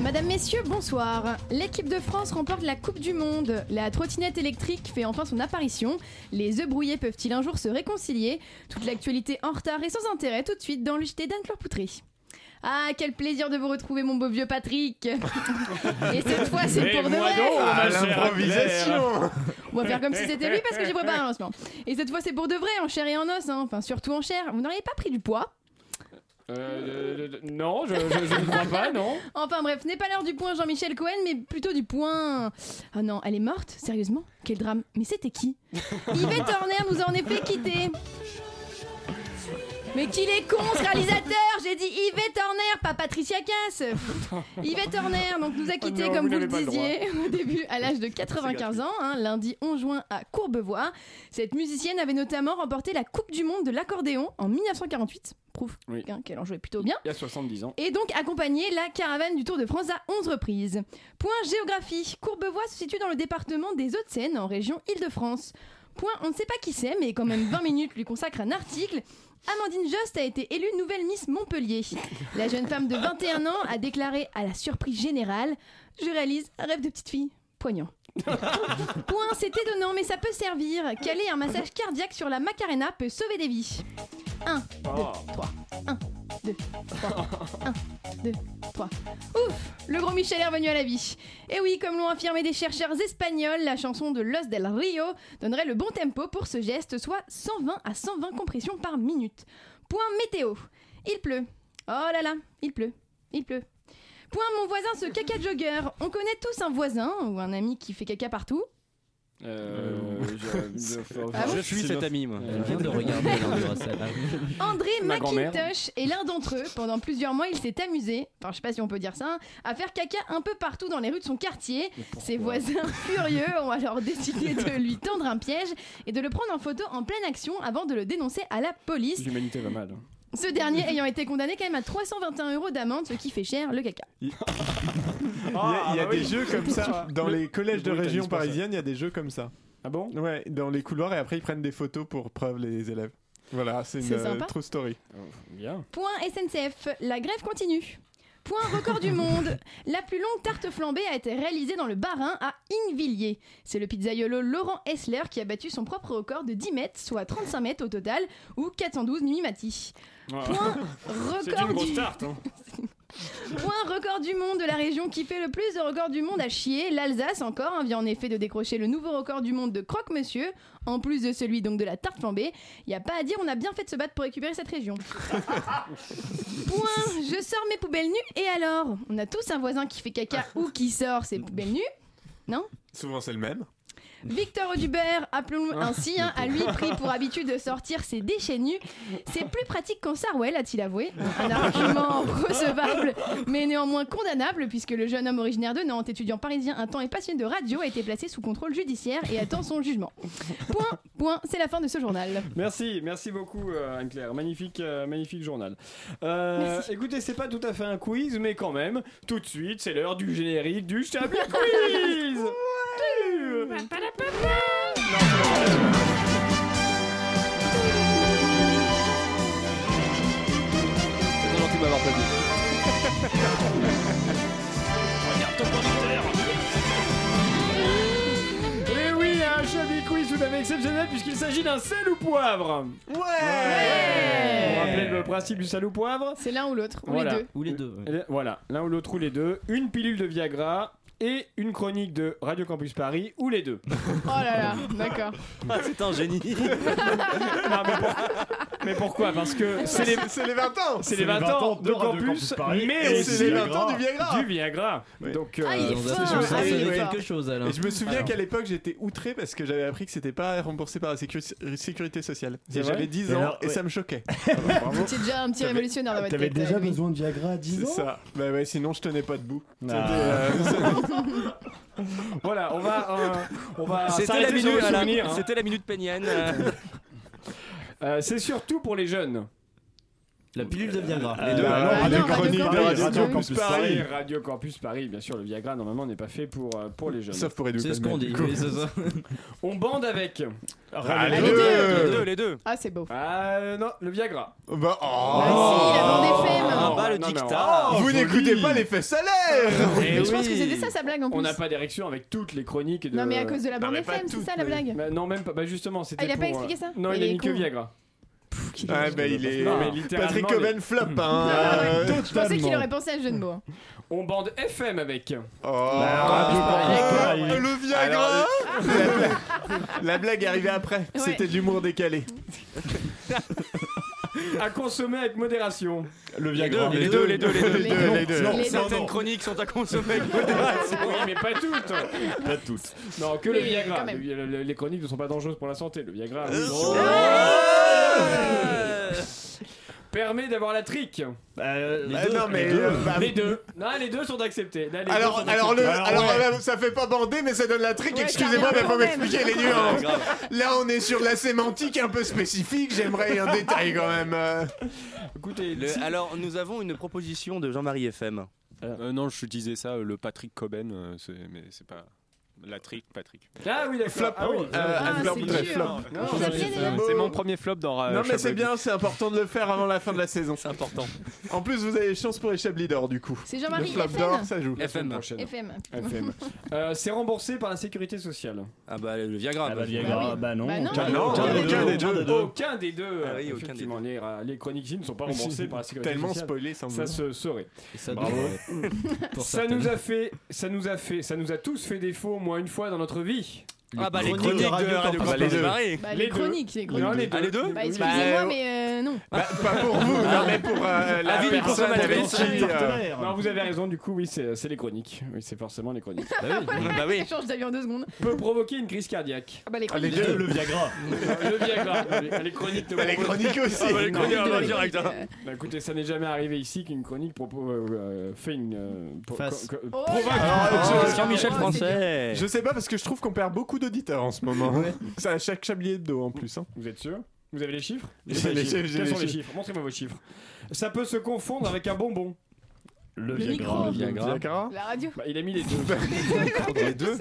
Speaker 5: Madame, messieurs, bonsoir. L'équipe de France remporte la Coupe du Monde. La trottinette électrique fait enfin son apparition. Les œufs brouillés peuvent-ils un jour se réconcilier Toute l'actualité en retard et sans intérêt tout de suite dans le JT d'Anne-Claire Poutré. Ah, quel plaisir de vous retrouver, mon beau vieux Patrick Et cette fois, c'est
Speaker 16: Mais
Speaker 5: pour de
Speaker 16: moi
Speaker 5: vrai
Speaker 16: donc,
Speaker 17: Ah,
Speaker 3: À
Speaker 16: ma chère
Speaker 3: l'improvisation
Speaker 5: on va faire comme si c'était lui parce que j'ai préparé un lancement. Et cette fois, c'est pour de vrai, en chair et en os, hein. enfin surtout en chair. Vous n'auriez pas pris du poids
Speaker 1: Euh, euh, non, je, je- je ne crois pas, non.
Speaker 5: Enfin bref, n'est pas l'heure du point Jean-Michel Cohen, mais plutôt du point. Ah non, elle est morte Sérieusement Quel drame Mais c'était qui Yvette Horner nous a en effet quittés. Mais qu'il est con ce réalisateur J'ai dit Yvette Horner, pas Patricia Cass Yvette Horner donc, nous a quittés,
Speaker 16: Oh non,
Speaker 5: comme
Speaker 16: vous
Speaker 5: vous le
Speaker 16: n'avez pas le
Speaker 5: disiez, au début, à l'âge de 95 ans, hein, lundi 11 juin à Courbevoie. Cette musicienne avait notamment remporté la Coupe du Monde de l'accordéon en 1948. Prouve
Speaker 1: Oui.
Speaker 5: hein, qu'elle en jouait plutôt bien.
Speaker 1: Il y a 70 ans.
Speaker 5: Et donc accompagner la caravane du Tour de France à 11 reprises. Point géographie. Courbevoie se situe dans le département des Hauts-de-Seine, en région Île-de-France. Point, on ne sait pas qui c'est, mais quand même 20 minutes lui consacre un article. Amandine Jost a été élue nouvelle Miss Montpellier. La jeune femme de 21 ans a déclaré à la surprise générale Je réalise un rêve de petite fille. Poignant. Point, c'est étonnant, mais ça peut servir. Caler un massage cardiaque sur la Macarena peut sauver des vies. 1, 2, 3. 1, 2, 3. 1, 2, 3. Ouf Le gros Michel est revenu à la vie. Et oui, comme l'ont affirmé des chercheurs espagnols, la chanson de Los del Rio donnerait le bon tempo pour ce geste, soit 120 à 120 compressions par minute. Point météo. Il pleut. Oh là là, il pleut. Il pleut. Point mon voisin ce caca jogger. On connaît tous un voisin ou un ami qui fait caca partout.
Speaker 1: Euh, je,
Speaker 5: Ah bon
Speaker 4: je suis cet ami, moi.
Speaker 2: Elle vient de regarder
Speaker 5: André
Speaker 4: Ma grand-mère.
Speaker 5: McIntosh est l'un d'entre eux. Pendant plusieurs mois, il s'est amusé, enfin je sais pas si on peut dire ça, hein, à faire caca un peu partout dans les rues de son quartier. Ses voisins furieux ont alors décidé de lui tendre un piège et de le prendre en photo en pleine action avant de le dénoncer à la police.
Speaker 1: L'humanité va mal. hein.
Speaker 5: Ce dernier ayant été condamné quand même à 321 euros d'amende, ce qui fait cher le caca.
Speaker 3: Il y a, il y a
Speaker 1: Ah, bah
Speaker 3: des
Speaker 1: oui.
Speaker 3: jeux comme ça. Dans
Speaker 1: Le-
Speaker 3: les collèges de
Speaker 1: le bruit, t'as
Speaker 3: région
Speaker 1: dit, c'est pas ça.
Speaker 3: parisienne, il y a des jeux comme ça.
Speaker 1: Ah bon
Speaker 3: Ouais, dans les couloirs et après ils prennent des photos pour preuve les élèves. Voilà, c'est une
Speaker 5: C'est
Speaker 3: euh,
Speaker 5: sympa.
Speaker 3: true story.
Speaker 1: Oh, Bien.
Speaker 5: Point SNCF, la grève continue. Point record du monde. La plus longue tarte flambée a été réalisée dans le Bas-Rhin à Ingvilliers. C'est le pizzaiolo Laurent Hessler qui a battu son propre record de 10 mètres, soit 35 mètres au total, ou 412 mimati. Point
Speaker 1: C'est une
Speaker 5: record
Speaker 1: grosse
Speaker 5: du...
Speaker 1: tarte. hein.
Speaker 5: Point record du monde de la région qui fait le plus de records du monde à chier, l'Alsace encore hein, vient en effet de décrocher le nouveau record du monde de croque monsieur, en plus de celui donc de la tarte flambée. Il y a pas à dire, on a bien fait de se battre pour récupérer cette région. Point, je sors mes poubelles nues et alors, on a tous un voisin qui fait caca ou qui sort ses poubelles nues. Non
Speaker 3: Souvent c'est le même.
Speaker 5: Victor Audubert, appelons-le ainsi, hein, a lui pris pour habitude de sortir ses déchets nus. C'est plus pratique qu'en Sarwell, a-t-il avoué. Un argument recevable, mais néanmoins condamnable, puisque le jeune homme originaire de Nantes, étudiant parisien, un temps et passionné de radio, a été placé sous contrôle judiciaire et attend son jugement. Point, point, c'est la fin de ce journal.
Speaker 1: Merci, merci beaucoup euh, Anne-Claire. Magnifique, euh, magnifique journal. Euh, écoutez, c'est pas tout à fait un quiz, mais quand même, tout de suite, c'est l'heure du générique du Chablis Quiz
Speaker 4: C'est gentil de m'avoir pas dit.
Speaker 1: Eh Et oui, un Chablis Quiz tout à fait exceptionnel puisqu'il s'agit d'un sel ou poivre Ouais, Vous vous rappelez le principe du sale ou poivre
Speaker 5: C'est l'un ou l'autre, ou
Speaker 1: Voilà.
Speaker 5: les deux.
Speaker 2: Ou les deux.
Speaker 1: Euh, Voilà, l'un ou l'autre ou les deux. Une pilule de Viagra et une chronique de Radio Campus Paris ou les deux.
Speaker 5: Oh là là, d'accord.
Speaker 4: Ah, c'est un génie.
Speaker 1: Mais pourquoi Parce que c'est les,
Speaker 3: c'est les 20 ans
Speaker 1: c'est les 20 ans de Campus, mais
Speaker 3: Et
Speaker 1: aussi
Speaker 3: c'est les 20 ans du Viagra
Speaker 1: Du Viagra. Donc, euh,
Speaker 3: Ah, il est fort.
Speaker 1: je me
Speaker 3: Ah,
Speaker 1: souviens-
Speaker 3: il est
Speaker 1: oui.
Speaker 3: fort.
Speaker 2: chose,
Speaker 3: Et je me souviens qu'à l'époque j'étais outré parce que j'avais appris que c'était pas remboursé par la sécu- sécurité sociale.
Speaker 1: C'est
Speaker 3: Et
Speaker 1: vrai
Speaker 3: J'avais 10
Speaker 1: Et
Speaker 3: ans
Speaker 1: alors,
Speaker 3: et
Speaker 1: ouais. Ah, bah,
Speaker 3: ça me choquait.
Speaker 5: C'est déjà un petit révolutionnaire dans votre tête. euh, oui.
Speaker 3: de Viagra à 10 ans C'est ça. Bah ouais, sinon je tenais pas debout.
Speaker 1: Ah.
Speaker 3: C'était, euh,
Speaker 1: Voilà, on va, euh, on va
Speaker 4: C'était la
Speaker 1: s'arrêter sur
Speaker 4: minute,
Speaker 1: le
Speaker 4: Alain.
Speaker 1: souvenir. hein.
Speaker 4: C'était la minute pénienne. euh.
Speaker 1: Euh, c'est surtout pour les jeunes.
Speaker 2: La pilule de Viagra.
Speaker 1: Les deux, alors,
Speaker 3: Ah
Speaker 2: la
Speaker 1: Radio
Speaker 2: chronique
Speaker 1: Campus
Speaker 2: de Radio Campus
Speaker 1: Paris, Radio Campus Paris, Radio Campus Paris, bien sûr, le Viagra normalement n'est pas fait pour, euh, pour les jeunes.
Speaker 3: Sauf pour Edu
Speaker 2: C'est ce qu'on
Speaker 3: Palmer,
Speaker 2: dit.
Speaker 3: du coup.
Speaker 2: oui, c'est ça.
Speaker 1: On bande avec.
Speaker 3: Ah, les les deux, deux, les deux,
Speaker 4: les deux.
Speaker 5: Ah, c'est beau. Ah,
Speaker 1: Ah euh, non, le Viagra.
Speaker 3: Bah, oh.
Speaker 5: si, la bande FM.
Speaker 1: Ah, bah, le dictat.
Speaker 3: Vous n'écoutez pas les faits salaires
Speaker 5: Euh, Mais je pense que c'était ça sa blague en
Speaker 1: Eh On
Speaker 5: plus.
Speaker 1: n'a pas d'érection avec toutes les chroniques de.
Speaker 5: Non, mais à cause de la
Speaker 1: Non,
Speaker 5: bande
Speaker 1: mais pas
Speaker 5: FM, c'est
Speaker 1: toutes,
Speaker 5: ça la
Speaker 1: mais-
Speaker 5: blague. Ah,
Speaker 1: Bah, non, même pas. Bah justement, c'était.
Speaker 5: il a pas
Speaker 1: pour,
Speaker 5: expliqué
Speaker 1: euh,
Speaker 5: ça
Speaker 1: Non, il
Speaker 5: Il
Speaker 1: a
Speaker 5: est
Speaker 1: mis que
Speaker 5: con.
Speaker 1: Viagra.
Speaker 3: Ah bah il est.
Speaker 1: Non, mais littéralement,
Speaker 3: Patrick
Speaker 1: les-
Speaker 3: Coben flop, hein
Speaker 1: Ah, ouais.
Speaker 3: euh,
Speaker 5: Je pensais qu'il aurait pensé à ce jeu de mots. hein.
Speaker 1: On bande FM avec.
Speaker 3: Oh,
Speaker 1: Ah,
Speaker 3: euh, le Viagra
Speaker 5: Ah,
Speaker 3: La blague est arrivée après, c'était de l'humour décalé.
Speaker 1: À consommer avec modération.
Speaker 3: Le
Speaker 1: Viagra.
Speaker 3: les deux, les deux, les deux, les deux, les deux.
Speaker 4: Certaines chroniques sont à consommer avec modération.
Speaker 1: Oui, mais pas toutes.
Speaker 18: Pas toutes.
Speaker 1: Non, que le
Speaker 5: Mais
Speaker 1: Viagra.
Speaker 5: quand même.
Speaker 1: Le vi- le- les chroniques ne sont pas dangereuses pour la santé. Le Viagra.
Speaker 3: Euh,
Speaker 1: oui. Oh. Permet d'avoir la trique.
Speaker 2: Euh,
Speaker 3: Ah, non, mais,
Speaker 1: les deux.
Speaker 3: euh, bah,
Speaker 1: Les deux. Non, les deux sont acceptés. Là, les deux
Speaker 3: Alors,
Speaker 1: sont
Speaker 3: alors, le,
Speaker 4: Bah,
Speaker 1: acceptés.
Speaker 3: alors euh, ça fait pas bander, mais ça donne la trick.
Speaker 5: Ouais,
Speaker 3: Excusez-moi, mais
Speaker 5: carrément,
Speaker 3: faut
Speaker 5: quand même.
Speaker 3: m'expliquer les
Speaker 4: Ah,
Speaker 3: nuances.
Speaker 4: grave.
Speaker 3: Là, on est sur de la sémantique un peu spécifique. J'aimerais un détail quand même. euh.
Speaker 4: Ah,
Speaker 1: Écoutez,
Speaker 4: Le-
Speaker 1: si-
Speaker 4: alors, nous avons une proposition de Jean-Marie FM.
Speaker 12: Euh, non, je disais ça, euh, le Patrick Coben, euh, c'est- mais c'est pas. La trick, Patrick.
Speaker 1: Ah oui,
Speaker 3: Flop,
Speaker 1: d'accord. Ah oui.
Speaker 3: euh,
Speaker 5: Ah,
Speaker 3: Anne Fleur
Speaker 5: c'est
Speaker 3: Boudret,
Speaker 5: dur.
Speaker 3: flop.
Speaker 1: Non,
Speaker 5: Vous
Speaker 1: non,
Speaker 5: aviez
Speaker 1: mais-
Speaker 5: les
Speaker 3: c'est
Speaker 5: mêmes
Speaker 3: beau.
Speaker 12: C'est mon premier flop dans. euh,
Speaker 3: Non, mais c'est
Speaker 12: Chablis.
Speaker 3: bien, c'est important de le faire avant la fin de la saison.
Speaker 4: C'est important.
Speaker 3: En plus, vous avez chance pour les Chablis d'or, du coup.
Speaker 5: C'est
Speaker 3: Le
Speaker 5: Jean-Marie
Speaker 3: flop d'or,
Speaker 5: FM.
Speaker 3: ça joue.
Speaker 1: La semaine
Speaker 4: FM.
Speaker 1: prochaine.
Speaker 5: FM.
Speaker 1: FM. Euh, c'est remboursé par la sécurité sociale.
Speaker 4: Ah bah le Viagra.
Speaker 18: Ah bah,
Speaker 4: parce
Speaker 18: le
Speaker 4: que-
Speaker 18: Viagra, bah non.
Speaker 5: Bah non.
Speaker 18: Aucun-
Speaker 3: non,
Speaker 18: aucun des
Speaker 3: aucun
Speaker 18: deux,
Speaker 3: des
Speaker 18: aucun
Speaker 3: deux.
Speaker 18: des deux.
Speaker 1: Aucun des deux.
Speaker 4: Ah oui, aucun des
Speaker 1: Effectivement, les, euh, les chroniques Jim ne sont pas remboursées par la sécurité
Speaker 3: Tellement
Speaker 1: sociale.
Speaker 3: spoilé, ça me
Speaker 1: Ça se saurait.
Speaker 2: Et ça,
Speaker 1: Bravo.
Speaker 2: devrait- pour
Speaker 1: Ça
Speaker 2: certaines.
Speaker 1: nous a fait, ça nous a fait, ça nous a tous fait défaut au moins une fois dans notre vie.
Speaker 4: Ah bah les
Speaker 2: chroniques
Speaker 4: chroniques
Speaker 2: de
Speaker 4: de
Speaker 2: Radio
Speaker 4: Radio
Speaker 3: Campus
Speaker 4: Campus
Speaker 3: Paris.
Speaker 4: Paris.
Speaker 5: Bah, les
Speaker 1: Les deux.
Speaker 5: chroniques, les
Speaker 1: Non,
Speaker 5: chroniques.
Speaker 4: Ah les deux
Speaker 5: Bah, excusez-moi, mais euh, non.
Speaker 3: Bah, pas pour vous, non, mais pour
Speaker 5: Ah,
Speaker 3: euh, la
Speaker 4: Avis du
Speaker 3: personne
Speaker 4: consommateur.
Speaker 3: avec qui. euh,
Speaker 18: Partenaire.
Speaker 1: Non, vous avez raison. Du coup, oui, c'est euh, c'est les chroniques. Oui, c'est forcément les chroniques.
Speaker 4: Bah oui. bah oui.
Speaker 5: Je change d'avis en deux secondes.
Speaker 1: Peut provoquer une crise cardiaque.
Speaker 5: Ah bah, les
Speaker 3: Ah, les
Speaker 5: chroniques.
Speaker 3: deux,
Speaker 18: Le Viagra.
Speaker 1: Le Viagra. Les- Les chroniques. ne
Speaker 3: bah, les
Speaker 1: proposent-
Speaker 3: chroniques aussi. euh.
Speaker 4: Ah bah les
Speaker 1: Non,
Speaker 4: chroniques,
Speaker 1: les
Speaker 4: on
Speaker 1: deux,
Speaker 4: va
Speaker 1: les
Speaker 4: direct. hein.
Speaker 1: Bah, écoutez, ça n'est jamais arrivé ici qu'une chronique propos, euh, euh, fait une euh, pro-
Speaker 2: Face.
Speaker 1: co- co-
Speaker 5: Oh
Speaker 1: provoque.
Speaker 5: là
Speaker 3: Ah,
Speaker 5: là.
Speaker 3: euh,
Speaker 4: Jean-Michel
Speaker 5: Oh,
Speaker 4: Français.
Speaker 3: Je sais pas parce que je trouve qu'on perd beaucoup d'auditeurs en ce moment. Ça à chaque Chablis Hebdo en plus. hein.
Speaker 1: Vous êtes sûr Vous avez les chiffres
Speaker 3: J'ai
Speaker 1: J'ai pas
Speaker 3: les chiffres, j'ai
Speaker 1: Quels
Speaker 3: les
Speaker 1: sont les
Speaker 3: chiffres.
Speaker 1: chiffres Montrez-moi vos chiffres. Ça peut se confondre avec un bonbon.
Speaker 18: Le
Speaker 5: Le
Speaker 18: Viagra.
Speaker 5: micro.
Speaker 3: Viagra.
Speaker 5: c'est- La radio.
Speaker 1: Bah, il a mis les deux.
Speaker 3: Les deux.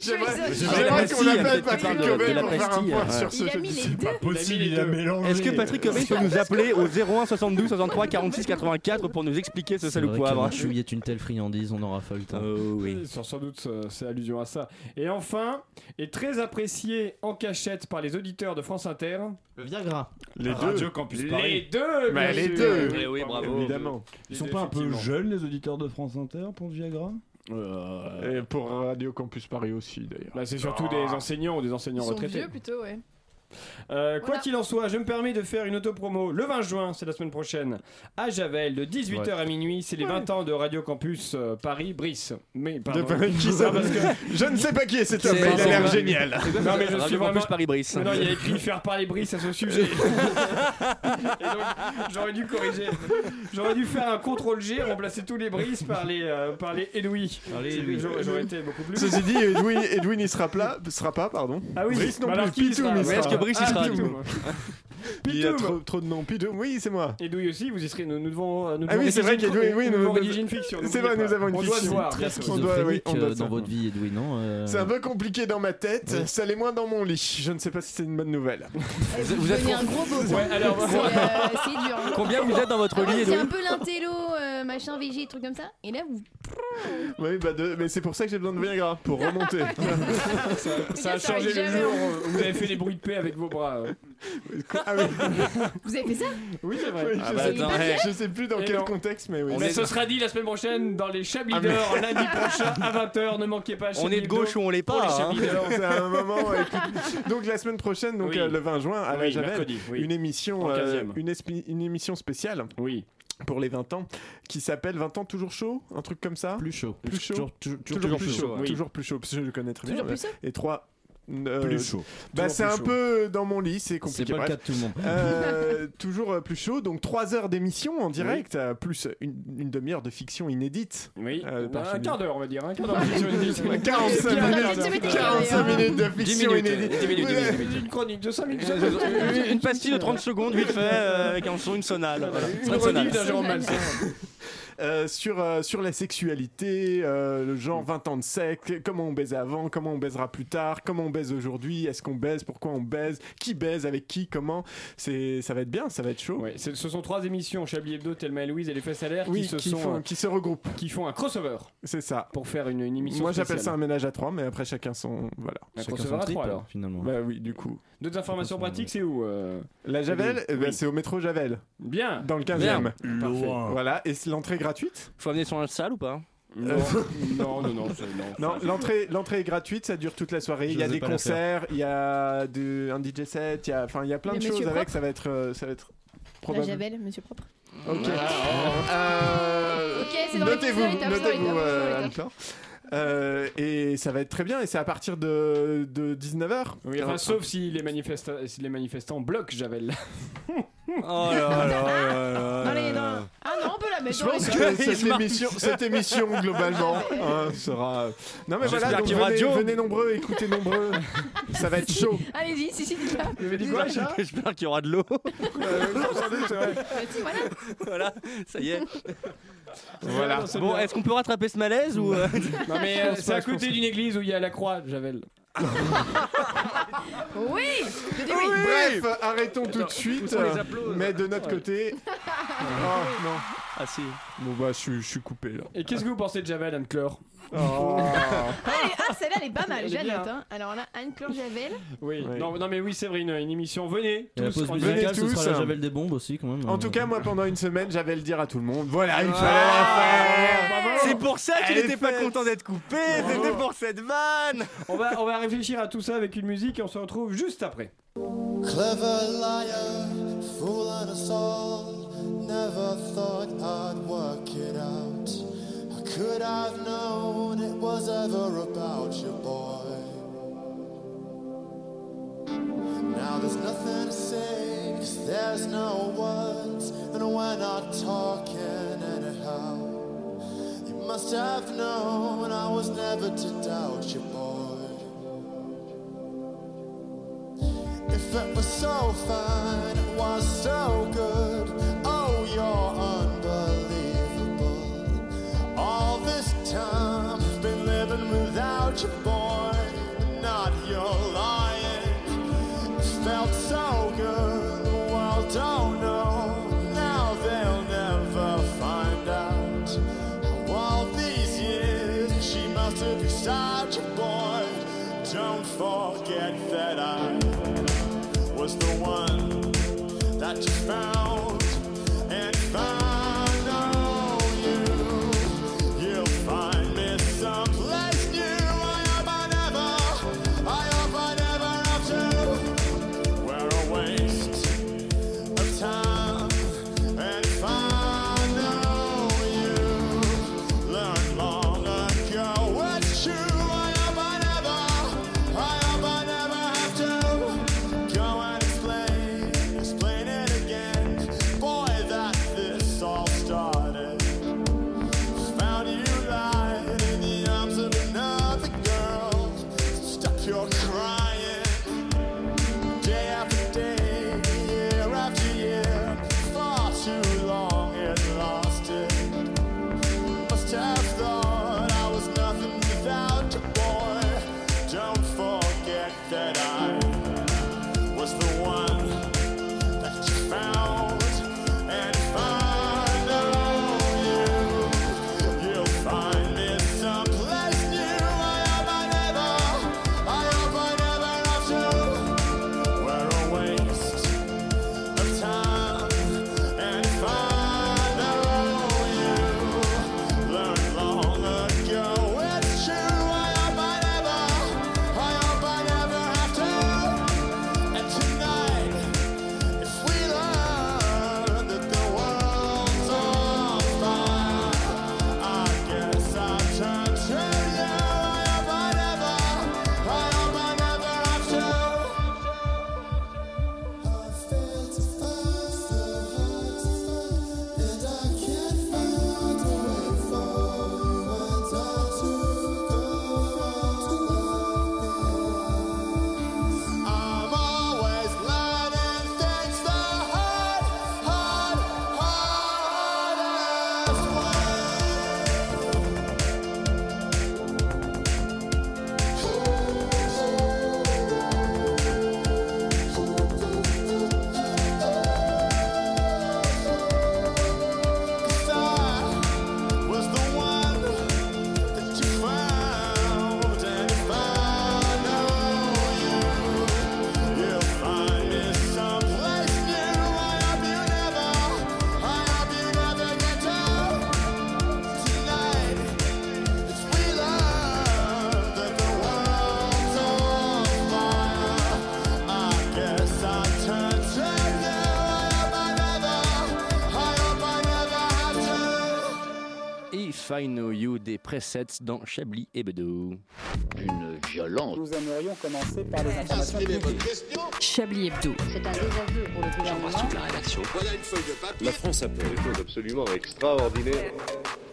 Speaker 3: J'aimerais
Speaker 5: Je suis
Speaker 3: j'aimerais
Speaker 5: désolée.
Speaker 2: la
Speaker 3: qu'on
Speaker 2: pastille,
Speaker 3: appelle
Speaker 2: peut-être
Speaker 3: Patrick
Speaker 2: qu'il parle de- de
Speaker 3: Cobain
Speaker 2: la
Speaker 3: pour faire un
Speaker 2: pastille,
Speaker 3: point
Speaker 2: ouais.
Speaker 3: sur ce
Speaker 5: Il a mis les deux.
Speaker 18: Possible, il a mélangé.
Speaker 4: Est-ce que Patrick Cobain peut nous appeler au 01 72 63 46 84 pour nous expliquer ce
Speaker 2: C'est
Speaker 4: salut
Speaker 2: vrai que
Speaker 4: poivre
Speaker 2: Manchouille est une telle friandise, on hein. en raffole tant.
Speaker 4: Oh oui.
Speaker 1: Sans, sans doute, euh, c'est allusion à ça. Et enfin, est très apprécié en cachette par les auditeurs de France Inter.
Speaker 2: Le Viagra.
Speaker 3: Les
Speaker 18: Radio Campus
Speaker 1: Les
Speaker 18: Paris.
Speaker 1: deux
Speaker 3: Bah,
Speaker 1: bien
Speaker 3: les
Speaker 1: sûr.
Speaker 3: deux.
Speaker 4: Eh oui,
Speaker 1: Pardon,
Speaker 4: bravo.
Speaker 1: les deux.
Speaker 3: Évidemment.
Speaker 18: Ils
Speaker 1: Les
Speaker 18: sont
Speaker 1: deux,
Speaker 18: pas un peu
Speaker 1: effectivement.
Speaker 18: jeunes les auditeurs de France Inter pour le Viagra
Speaker 4: Euh,
Speaker 3: Et pour Radio Campus Paris aussi d'ailleurs.
Speaker 1: Là, c'est surtout des enseignants ou des
Speaker 5: Ils
Speaker 1: enseignants
Speaker 5: sont
Speaker 1: retraités.
Speaker 5: vieux plutôt, ouais.
Speaker 1: Euh, Quoi
Speaker 5: Voilà.
Speaker 1: qu'il en soit, je me permets de faire une autopromo. Le 20 juin, c'est la semaine prochaine, à Javel, de 18h à minuit, c'est les 20 ans de Radio Campus euh, Paris, Brice. Mais pardon.
Speaker 3: qui ça parce que je ne sais pas qui est cet homme, mais il a l'air génial.
Speaker 1: Non, mais je suis
Speaker 4: Radio
Speaker 1: vraiment-
Speaker 4: Campus Paris-Brice.
Speaker 1: Mais non, il y a écrit faire parler Brice à ce sujet. Et donc, j'aurais dû corriger. J'aurais dû faire un contrôle G, remplacer tous les Brice par les, euh, par les Edoui.
Speaker 2: les
Speaker 1: C'est-
Speaker 2: Edoui.
Speaker 1: J'aurais j'aurais été beaucoup plus.
Speaker 3: Ceci dit, Edwin, Edwin il sera, pla- sera pas, pardon.
Speaker 1: Ah oui,
Speaker 3: Brice non
Speaker 1: bah alors
Speaker 3: plus,
Speaker 1: qui
Speaker 3: Pitoum,
Speaker 1: sera
Speaker 3: il sera.
Speaker 4: Est-ce que Brice, il
Speaker 1: Ah,
Speaker 4: sera
Speaker 1: Pitoum.
Speaker 3: Il y a
Speaker 1: Pitoum.
Speaker 3: trop, trop de noms. Pitoum, oui, c'est moi.
Speaker 1: Et Douille aussi, vous y serez, nous, nous devons. euh, Nous
Speaker 3: Ah
Speaker 1: devons
Speaker 3: oui, c'est vrai
Speaker 1: rédiger
Speaker 3: qu'il y a
Speaker 1: une-
Speaker 3: Douille, oui,
Speaker 1: nous
Speaker 3: nous-
Speaker 1: devons
Speaker 3: nous-
Speaker 1: rédiger une fiction.
Speaker 3: c'est
Speaker 1: n'oubliez
Speaker 3: vrai,
Speaker 1: pas.
Speaker 3: nous avons une
Speaker 1: On
Speaker 3: fiction.
Speaker 1: doit se
Speaker 2: Très
Speaker 1: voir.
Speaker 3: On doit- oui,
Speaker 2: schizophrénique
Speaker 3: on doit
Speaker 2: euh,
Speaker 3: se
Speaker 2: dans
Speaker 3: voir.
Speaker 2: votre vie, Edoui, non euh,
Speaker 3: C'est un peu compliqué dans ma tête,
Speaker 2: Oui.
Speaker 3: ça l'est moins dans mon lit. Je ne sais pas si c'est une bonne nouvelle.
Speaker 4: Vous, vous êtes
Speaker 5: Devenez un gros beau.
Speaker 1: Ouais, alors,
Speaker 5: C'est euh, c'est dur. hein.
Speaker 4: combien vous êtes dans votre
Speaker 5: Ah ouais,
Speaker 4: lit
Speaker 5: C'est
Speaker 4: Edoui
Speaker 5: un peu l'intello euh,
Speaker 10: euh, machin, VG, truc comme ça. Et là, vous.
Speaker 3: Oui, bah de- mais c'est pour ça que j'ai besoin de Viagra, pour
Speaker 5: Ah,
Speaker 3: remonter.
Speaker 1: ça, ça a
Speaker 10: Ça
Speaker 1: changé
Speaker 10: arrive
Speaker 1: le
Speaker 10: jamais.
Speaker 1: jour où vous avez fait des bruits de paix avec vos bras. euh.
Speaker 10: Vous avez fait ça
Speaker 1: Oui, c'est vrai.
Speaker 3: Ah
Speaker 1: Ah bah,
Speaker 3: Oui, je, sais
Speaker 1: attends,
Speaker 3: plus,
Speaker 1: hey.
Speaker 3: je sais plus dans
Speaker 1: Et
Speaker 3: quel
Speaker 1: non.
Speaker 3: contexte, mais oui.
Speaker 1: Mais ce sera dit la semaine prochaine dans les Chablis
Speaker 3: Ah, mais-
Speaker 1: d'Or, lundi prochain à 20h. Ne manquez pas
Speaker 4: On est de gauche ou on l'est pas, hein.
Speaker 3: C'est un moment. et puis- Donc la semaine prochaine, donc
Speaker 1: Oui.
Speaker 3: euh, le 20 juin, à la
Speaker 1: Oui,
Speaker 3: Javel,
Speaker 1: mercredi, oui.
Speaker 3: une émission,
Speaker 1: En
Speaker 3: euh,
Speaker 1: 15e.
Speaker 3: une, espi- une émission spéciale.
Speaker 1: Oui.
Speaker 3: Pour les 20 ans, qui s'appelle 20 ans toujours chaud, un truc comme ça. Plus
Speaker 2: chaud.
Speaker 3: Plus chaud.
Speaker 2: Toujours- toujours- toujours
Speaker 3: plus
Speaker 2: plus
Speaker 3: chaud.
Speaker 2: chaud, oui.
Speaker 3: Toujours plus chaud, parce que je le connais très
Speaker 2: Toujours
Speaker 3: bien.
Speaker 2: plus chaud
Speaker 3: Et 3
Speaker 2: Plus chaud.
Speaker 3: Bah
Speaker 2: Toujours
Speaker 3: c'est
Speaker 2: plus
Speaker 3: un
Speaker 2: chaud.
Speaker 3: peu dans mon lit, c'est compliqué.
Speaker 2: pas le
Speaker 3: bref.
Speaker 2: cas de tout le monde.
Speaker 3: Euh, toujours euh, plus chaud, donc 3 heures d'émission en direct, euh, plus une, une demi-heure de fiction inédite. euh,
Speaker 1: Oui. Ah,
Speaker 3: par
Speaker 1: un
Speaker 3: Jimmy.
Speaker 1: quart d'heure, on va dire. Un quart d'heure. d'émission inédite.
Speaker 3: Ouais, 45
Speaker 1: Quart
Speaker 3: minutes,
Speaker 1: d'heure d'émission
Speaker 3: 45
Speaker 1: inédite.
Speaker 3: minutes de
Speaker 1: 10
Speaker 3: fiction
Speaker 1: minutes,
Speaker 3: inédite.
Speaker 1: euh, 10 minutes,
Speaker 3: Ouais.
Speaker 1: 10 minutes, 10 minutes. Une chronique de 5 minutes.
Speaker 4: Euh, Une pastille de 30 secondes, vite fait, euh, avec un son, une sonade. voilà.
Speaker 1: Une
Speaker 4: Une sonade.
Speaker 1: rediff d'un Jérôme Malsain.
Speaker 3: Euh, sur, euh, sur la sexualité, euh, le genre 20 ans de sexe, comment on baisait avant, comment on baisera plus tard, comment on baise aujourd'hui, est-ce qu'on baise, pourquoi on baise, qui baise, avec qui, comment. C'est, ça va être bien, ça va être chaud.
Speaker 1: Ouais, c'est- ce sont trois émissions, Chablis Hebdo, Thelma et Louise et les Fesses à l'air,
Speaker 3: Oui,
Speaker 1: qui, se
Speaker 3: qui
Speaker 1: sont,
Speaker 3: font-
Speaker 1: euh,
Speaker 3: qui se regroupent.
Speaker 1: Qui font un crossover.
Speaker 3: C'est ça.
Speaker 1: Pour faire une, une émission.
Speaker 3: Moi j'appelle ça un
Speaker 1: spéciale. Bah,
Speaker 3: ménage à trois, mais après chacun son. Voilà.
Speaker 1: Un Chacun crossover son à trip, trois, alors.
Speaker 2: finalement.
Speaker 3: Bah oui, du coup.
Speaker 1: D'autres informations pratiques, c'est où euh,
Speaker 3: La Javel,
Speaker 1: Chablis
Speaker 3: eh ben,
Speaker 1: Oui.
Speaker 3: c'est au métro Javel.
Speaker 1: Bien.
Speaker 3: Dans le 15ème.
Speaker 1: Bien. Loin.
Speaker 3: Voilà, et c'est l'entrée gratuite
Speaker 4: Faut amener son linge sale ou pas Euh.
Speaker 1: Non, non, non, non, c'est- non.
Speaker 3: Non, l'entrée, l'entrée est gratuite, ça dure toute la soirée.
Speaker 4: Je
Speaker 3: il y a
Speaker 4: n'osais
Speaker 3: des
Speaker 4: pas la
Speaker 3: concerts, il y a du- un DJ set, il y a, enfin, il y a plein
Speaker 10: Les
Speaker 3: de choses
Speaker 10: messieurs
Speaker 3: avec.
Speaker 10: propres
Speaker 3: Ça va être, euh, ça va être
Speaker 10: La
Speaker 3: probable.
Speaker 10: Javel, monsieur propre.
Speaker 3: Ok.
Speaker 10: Ah.
Speaker 3: Euh,
Speaker 10: Ok, c'est dans les
Speaker 3: Notez-vous,
Speaker 10: tables, c'est dans les tables, c'est dans les
Speaker 3: notez-vous,
Speaker 10: tables,
Speaker 3: euh,
Speaker 10: c'est dans les
Speaker 3: Anne-Claire. Euh, et ça va être très bien. Et c'est à partir de, de 19h.
Speaker 1: Oui, enfin, sauf si les, manifesta- si les manifestants bloquent Javel.
Speaker 4: Oh
Speaker 3: là là là
Speaker 1: là
Speaker 3: là
Speaker 1: là.
Speaker 5: Ah non, on peut la mettre
Speaker 3: Je
Speaker 5: dans
Speaker 3: pense
Speaker 5: les Ah,
Speaker 3: que
Speaker 5: tables.
Speaker 3: cette émission, cette émission globalement hein, sera. Non mais voilà,
Speaker 4: J'espère
Speaker 3: donc
Speaker 4: qu'il y aura
Speaker 3: venez,
Speaker 4: Joe.
Speaker 3: venez nombreux, écoutez nombreux. ça va être chaud.
Speaker 5: Allez-y, si, si, dis-la.
Speaker 3: hein.
Speaker 4: J'espère qu'il y aura de l'eau.
Speaker 5: Mais si, voilà.
Speaker 4: voilà, ça y est.
Speaker 3: Voilà.
Speaker 1: Non, c'est
Speaker 4: Bon,
Speaker 1: bien.
Speaker 4: est-ce qu'on peut rattraper ce malaise ou euh,
Speaker 1: Non, mais euh, c'est à côté d'une église où il y a la croix, Javel.
Speaker 5: Oui Je dis oui.
Speaker 3: Bref, arrêtons tout de suite.
Speaker 1: sont les
Speaker 3: euh, Mais de notre côté. Oh non.
Speaker 4: Ah si.
Speaker 3: Bon bah je suis- je suis coupé là.
Speaker 1: Et qu'est-ce que vous pensez de Javel, Anne-Claire
Speaker 3: Oh.
Speaker 5: Allez, ah, celle-là, elle est pas mal,
Speaker 1: Elle est
Speaker 5: je la
Speaker 1: bien.
Speaker 5: note, hein. Alors là, Anne-Claire Javel.
Speaker 1: Oui,
Speaker 3: Oui.
Speaker 1: Non, non, mais oui, c'est vrai, une, une émission. Venez,
Speaker 2: Et la
Speaker 1: tous,
Speaker 2: pause
Speaker 1: on-
Speaker 3: venez
Speaker 2: musicale, ce
Speaker 3: tous,
Speaker 2: sera la
Speaker 3: hein.
Speaker 2: javel des bombes aussi, quand même.
Speaker 3: En
Speaker 2: Euh,
Speaker 3: tout cas, moi pendant une semaine, j'avais le dire à tout le monde. Voilà, il
Speaker 4: Ah.
Speaker 3: fallait la faire.
Speaker 4: C'est pour ça qu'il
Speaker 3: Elle
Speaker 4: n'était
Speaker 3: est
Speaker 4: pas
Speaker 3: faite.
Speaker 4: content d'être coupé, c'était pour cette vanne
Speaker 1: on, va, on va réfléchir à tout ça avec une musique et on se retrouve juste après.
Speaker 19: Clever liar, fool and a soul. Never thought I'd work it out. How could I've known it was ever about you, boy? Now there's nothing to say, 'cause there's no words, and we're not talking anyhow. You must have known I was never to doubt you, boy. If it was so fine, it was so good. Oh, you're unbelievable. All this time, I've been living without you, boy. Not your lying. It felt so good. The world don't know. Now they'll never find out. How all these years, she must have been such a boy. Don't forget that I was the one that you found and found now you you'll find me someplace new I hope I never I hope I never have to wear a waste of time and find now you learned long ago it's true I hope I never I hope I never have to Go and explain, explain it again.
Speaker 4: I Know You des presets dans Chablis et Bedeau. Une violence.
Speaker 20: Nous aimerions commencer par les informations
Speaker 9: Chablis Hebdo.
Speaker 20: C'est un désaveu pour le gouvernement.
Speaker 6: La rédaction. Voilà une feuille de papier. La France a fait des choses absolument extraordinaires.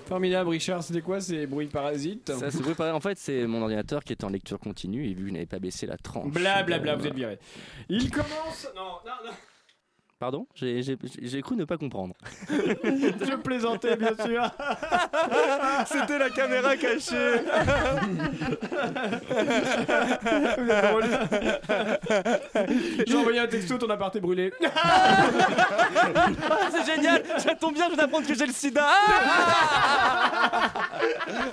Speaker 1: Formidable, Richard, c'était quoi ces bruits parasites
Speaker 4: Ça, c'est vrai, pareil. En fait, c'est mon ordinateur qui est en lecture continue et vu que je n'avais pas baissé la tranche.
Speaker 1: Blablabla,
Speaker 4: euh,
Speaker 1: vous êtes viré. Il commence. Non, non, non.
Speaker 4: Pardon J'ai- J'ai j'ai cru ne pas comprendre.
Speaker 1: Je plaisantais, bien sûr.
Speaker 4: C'était la caméra cachée.
Speaker 1: Vous êtes drôle. J'ai envoyé un texto, ton appart est brûlé.
Speaker 4: Ah, c'est génial Ça tombe bien, je viens d'apprendre que j'ai le sida. Ah,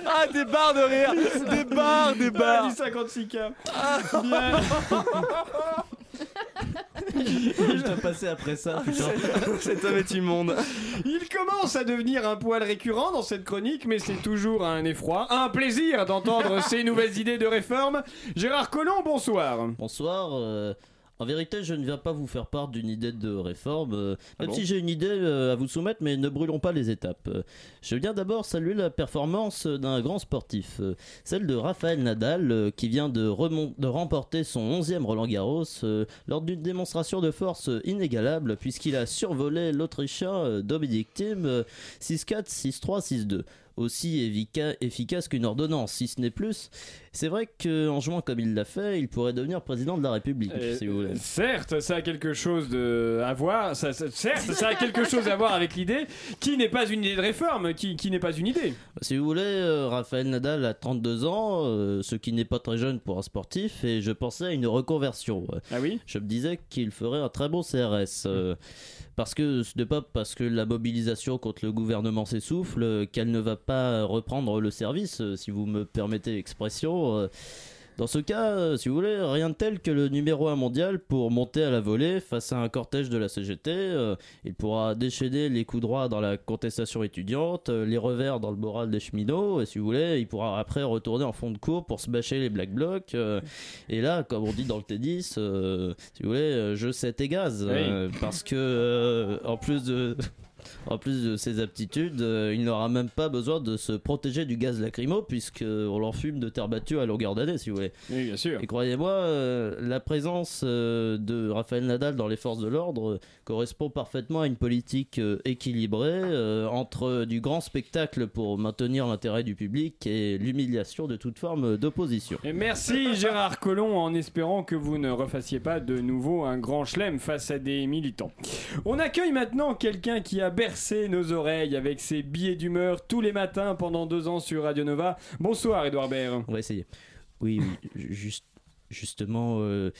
Speaker 4: Ah, des barres de rire Des barres, des barres
Speaker 1: Ah, du 56K. Bien.
Speaker 2: Je dois passer après ça, putain.
Speaker 4: Cet homme est immonde.
Speaker 1: Il commence à devenir un poil récurrent dans cette chronique, mais c'est toujours un effroi, un plaisir d'entendre ces nouvelles idées de réforme. Gérard Collomb, bonsoir.
Speaker 2: Bonsoir. euh, en vérité, je ne viens pas vous faire part d'une idée de réforme, euh,
Speaker 1: Ah
Speaker 2: même
Speaker 1: bon
Speaker 2: si j'ai une idée euh, à vous soumettre, mais ne brûlons pas les étapes. Euh, je viens d'abord saluer la performance d'un grand sportif, euh, celle de Rafael Nadal, euh, qui vient de, remon- de remporter son 11e Roland Garros euh, lors d'une démonstration de force euh, inégalable, puisqu'il a survolé l'Autrichien euh, Dominic Thiem euh, 6-4, 6-3, 6-2 aussi évica- efficace qu'une ordonnance, si ce n'est plus. C'est vrai qu'en jouant comme il l'a fait, il pourrait devenir président de la République,
Speaker 1: Euh,
Speaker 2: si vous voulez.
Speaker 1: Certes, ça a quelque chose de à voir. Ça, ça- certes, ça a quelque chose à voir avec l'idée qui n'est pas une idée de réforme, qui, qui n'est pas une idée.
Speaker 2: Si vous voulez, euh, Raphaël Nadal a 32 ans, euh, ce qui n'est pas très jeune pour un sportif, et je pensais à une reconversion.
Speaker 1: Ah oui
Speaker 2: Je me disais qu'il ferait un très bon CRS. euh, parce que ce n'est pas parce que la mobilisation contre le gouvernement s'essouffle euh, qu'elle ne va pas reprendre le service, euh, si vous me permettez l'expression. euh. Dans ce cas, euh, si vous voulez, rien de tel que le numéro 1 mondial pour monter à la volée face à un cortège de la CGT. euh, il pourra déchaîner les coups droits dans la contestation étudiante, euh, les revers dans le moral des cheminots, et si vous voulez, il pourra après retourner en fond de cours pour se bâcher les black blocs. euh, et là, comme on dit dans le tennis, euh, si vous voulez, euh, je sais tes gaz.
Speaker 1: Oui.
Speaker 2: euh, parce que, euh, en plus de. En plus de ses aptitudes, euh, il n'aura même pas besoin de se protéger du gaz lacrymo puisque euh, on leur fume de terre battue à longueur d'année, si vous voulez.
Speaker 1: Oui, bien sûr.
Speaker 2: Et croyez-moi, euh, la présence euh, de Raphaël Nadal dans les forces de l'ordre euh, correspond parfaitement à une politique euh, équilibrée euh, entre du grand spectacle pour maintenir l'intérêt du public et l'humiliation de toute forme d'opposition.
Speaker 1: Et merci Gérard Collomb en espérant que vous ne refassiez pas de nouveau un grand chelem face à des militants. On accueille maintenant quelqu'un qui a bercé nos oreilles avec ses billets d'humeur tous les matins pendant deux ans sur Radio Nova. Bonsoir Edouard Baird.
Speaker 2: On va essayer. Oui, oui, ju- juste, justement, euh,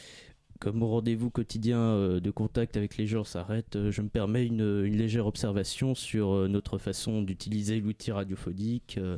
Speaker 2: comme mon rendez-vous quotidien euh, de contact avec les gens s'arrête, euh, je me permets une, une légère observation sur euh, notre façon d'utiliser l'outil radiophonique. euh.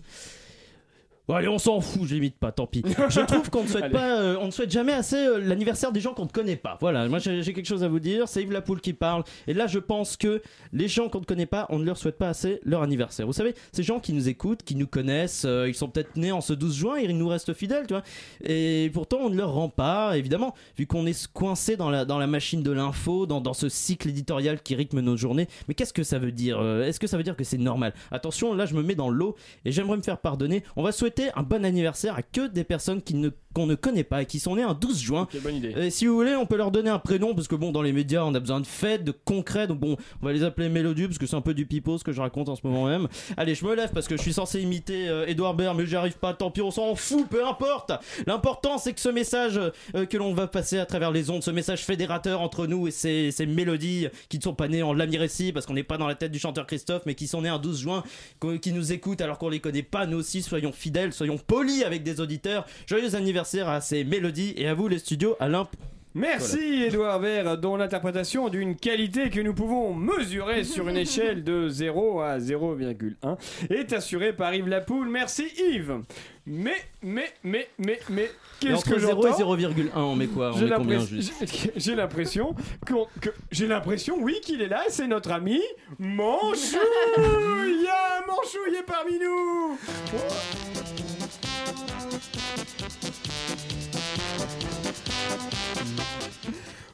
Speaker 2: Bon, allez, on s'en fout, j'imite pas, tant pis. Je trouve qu'on ne souhaite
Speaker 1: Allez.
Speaker 2: pas, euh, on ne souhaite jamais assez euh, l'anniversaire des gens qu'on ne connaît pas. Voilà, moi j'ai j'ai quelque chose à vous dire, c'est Yves Lapoule qui parle. Et là, je pense que les gens qu'on ne connaît pas, on ne leur souhaite pas assez leur anniversaire. Vous savez, ces gens qui nous écoutent, qui nous connaissent, euh, ils sont peut-être nés en ce 12 juin, et ils nous restent fidèles, tu vois. Et pourtant, on ne leur rend pas, évidemment, vu qu'on est coincé dans la, dans la machine de l'info, dans, dans ce cycle éditorial qui rythme nos journées. Mais qu'est-ce que ça veut dire euh, Est-ce que ça veut dire que c'est normal Attention, là, je me mets dans l'eau et j'aimerais me faire pardonner. On va souhaiter un bon anniversaire à que des personnes qui ne qu'on ne connaît pas et qui sont nées un 12 juin.
Speaker 1: Quelle bonne idée.
Speaker 2: Et si vous voulez, on peut leur donner un prénom parce que bon, dans les médias, on a besoin de fêtes, de concrets. Donc bon, on va les appeler Mélodie parce que c'est un peu du pipeau ce que je raconte en ce moment même. Allez, je me lève parce que je suis censé imiter euh, Edouard Baird, mais j'y arrive pas. Tant pis, on s'en fout, peu importe. L'important, c'est que ce message euh, que l'on va passer à travers les ondes, ce message fédérateur entre nous et ces, ces mélodies qui ne sont pas nées en lamirécie parce qu'on n'est pas dans la tête du chanteur Christophe, mais qui sont nés un 12 juin, qu'on- qui nous écoutent alors qu'on les connaît pas, nous aussi, soyons fidèles, soyons polis avec des auditeurs. Joyeux anniversaire à ces mélodies et à vous les studios, Alain.
Speaker 1: Merci Edouard Baird, dont l'interprétation d'une qualité que nous pouvons mesurer sur une échelle de 0 à 0,1 est assurée par Yves Lapoule. Merci Yves. Mais, mais, mais, mais, mais,
Speaker 2: Et
Speaker 1: qu'est-ce
Speaker 2: entre
Speaker 1: que
Speaker 2: 0 et
Speaker 1: j'entends
Speaker 2: 0,1, on met quoi On
Speaker 1: J'ai
Speaker 2: met combien
Speaker 1: l'impression-
Speaker 2: juste
Speaker 1: j'ai- j'ai l'impression qu'on- que j'ai l'impression, oui, qu'il est là. C'est notre ami Manchou. Il y a Manchou, il est parmi nous.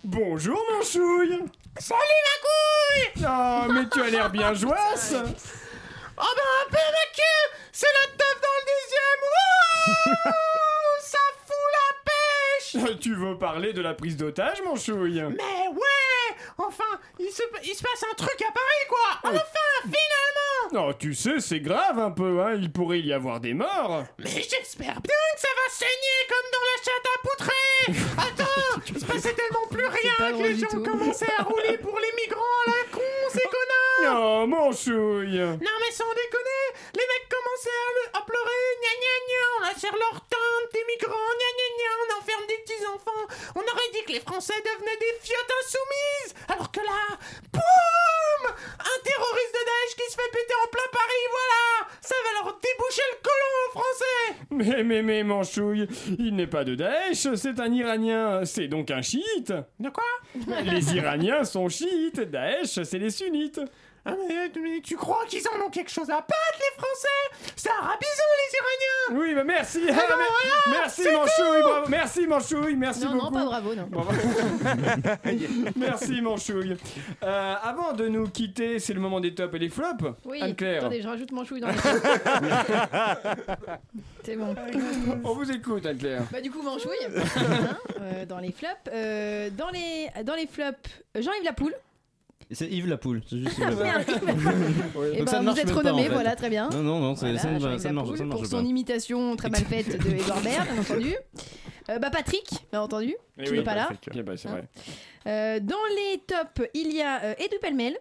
Speaker 1: Bonjour Manchouille Salut la couille
Speaker 16: Oh,
Speaker 1: mais tu as l'air bien joie.
Speaker 16: Oh ben un peu ma queue C'est la teuf dans le dixième Wouh Ça fout la pêche
Speaker 1: tu veux parler de la prise d'otage, mon chouille
Speaker 16: Mais ouais Enfin, il se, il se passe un truc à Paris, quoi Enfin, finalement
Speaker 1: Non, Oh, tu sais, c'est grave un peu, hein. Il pourrait y avoir des morts.
Speaker 16: Mais j'espère bien que ça va saigner comme dans la chatte à poutrer Attends Il se passait tellement plus rien que les gens commençaient à rouler pour les migrants à la con, ces connards
Speaker 1: Non, mon chouille
Speaker 16: Non mais sans déconner, les mecs commençaient à, le- à pleurer, gna gna gna, on la serre leur teinte, des migrants, gna gna gna, on enferme des petits enfants, on aurait dit que les Français devenaient des fiottes insoumises, alors que là, boum Un terroriste de Daesh qui se fait péter en plein Paris, voilà Ça va leur déboucher le colon aux Français
Speaker 1: Mais, mais, mais, mon chouille, il n'est pas de Daesh, c'est un Iranien. C'est donc un chiite.
Speaker 16: De quoi
Speaker 1: Les Iraniens sont chiites, Daesh, c'est les sunnites.
Speaker 16: Ah, mais, mais tu crois qu'ils en ont quelque chose à battre, les Français C'est un rabizou, les Iraniens
Speaker 1: Oui, mais merci
Speaker 16: Ah,
Speaker 1: Ah,
Speaker 16: non,
Speaker 1: mais-
Speaker 16: voilà,
Speaker 1: Merci,
Speaker 16: c'est
Speaker 1: mon
Speaker 16: tout
Speaker 1: chouille, bravo Merci, mon chouille, merci
Speaker 5: non,
Speaker 1: beaucoup bah.
Speaker 5: non, pas bravo, non.
Speaker 1: Merci, mon chouille. Euh, avant de nous quitter, c'est le moment des tops et des flops.
Speaker 5: Oui,
Speaker 1: Anne-Claire.
Speaker 5: attendez, je rajoute mon chouille dans les C'est bon.
Speaker 1: On vous écoute, Anne-Claire.
Speaker 5: Bah du coup, Manchouille, hein, euh, dans les flops. Euh, dans, les, dans les flops, euh, Jean-Yves Lapoule.
Speaker 2: C'est Yves Lapoule. c'est juste Yves
Speaker 5: Ah, merde,
Speaker 2: Lapoule.
Speaker 5: Eh
Speaker 2: Donc
Speaker 5: ben,
Speaker 2: ça ne
Speaker 5: vous
Speaker 2: marche
Speaker 5: êtes
Speaker 2: même pas,
Speaker 5: renommé,
Speaker 2: en fait.
Speaker 5: voilà, très bien.
Speaker 2: Non, non, non, ça-
Speaker 5: Voilà,
Speaker 2: ça ne va-
Speaker 5: Jean-Yves
Speaker 2: ça ne marche ça
Speaker 5: Lapoule
Speaker 2: ne
Speaker 5: Pour
Speaker 2: marche
Speaker 5: son
Speaker 2: pas.
Speaker 5: imitation très mal faite de Edouard Baird, bien entendu. Euh, bah Patrick, bien entendu,
Speaker 1: Eh
Speaker 5: qui
Speaker 1: oui,
Speaker 5: n'est pas là. Ah.
Speaker 1: Patrick. Eh ben, c'est vrai.
Speaker 5: Euh, dans les tops, il y a euh, Edou Pelmel,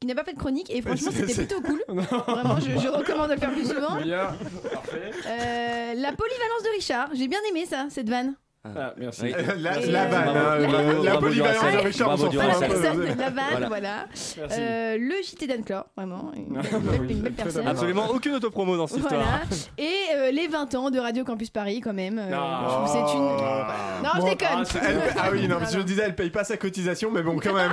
Speaker 5: qui n'a pas fait de chronique, et franchement,
Speaker 1: c'est-
Speaker 5: c'était
Speaker 1: c'est-
Speaker 5: plutôt cool. Vraiment, je, je recommande de le faire plus souvent.
Speaker 1: Bien, parfait.
Speaker 5: Euh, la polyvalence de Richard, j'ai bien aimé ça, cette vanne.
Speaker 1: Ah, merci.
Speaker 3: Oui. La- la
Speaker 1: Merci.
Speaker 3: vanne, Bravo. hein, Bravo, la- la bravo, polyvalence Duracell. de Richard, Bravo, on s'en fout un
Speaker 5: Voilà,
Speaker 3: peu.
Speaker 5: c'est ça,
Speaker 3: Voilà.
Speaker 5: la vanne,
Speaker 3: Voilà.
Speaker 5: voilà.
Speaker 3: Merci.
Speaker 5: Euh, le JT d'Anne-Claude, vraiment, une belle, belle- une belle personne.
Speaker 4: Absolument aucune autopromo dans cette histoire.
Speaker 5: Voilà. Et euh, les 20 ans de Radio Campus Paris, quand même. euh, je trouve que c'est une.
Speaker 3: Ah.
Speaker 5: Non, je déconne.
Speaker 3: Elle paye- ah oui, non, parce que je disais, elle paye pas sa cotisation, mais bon, quand même.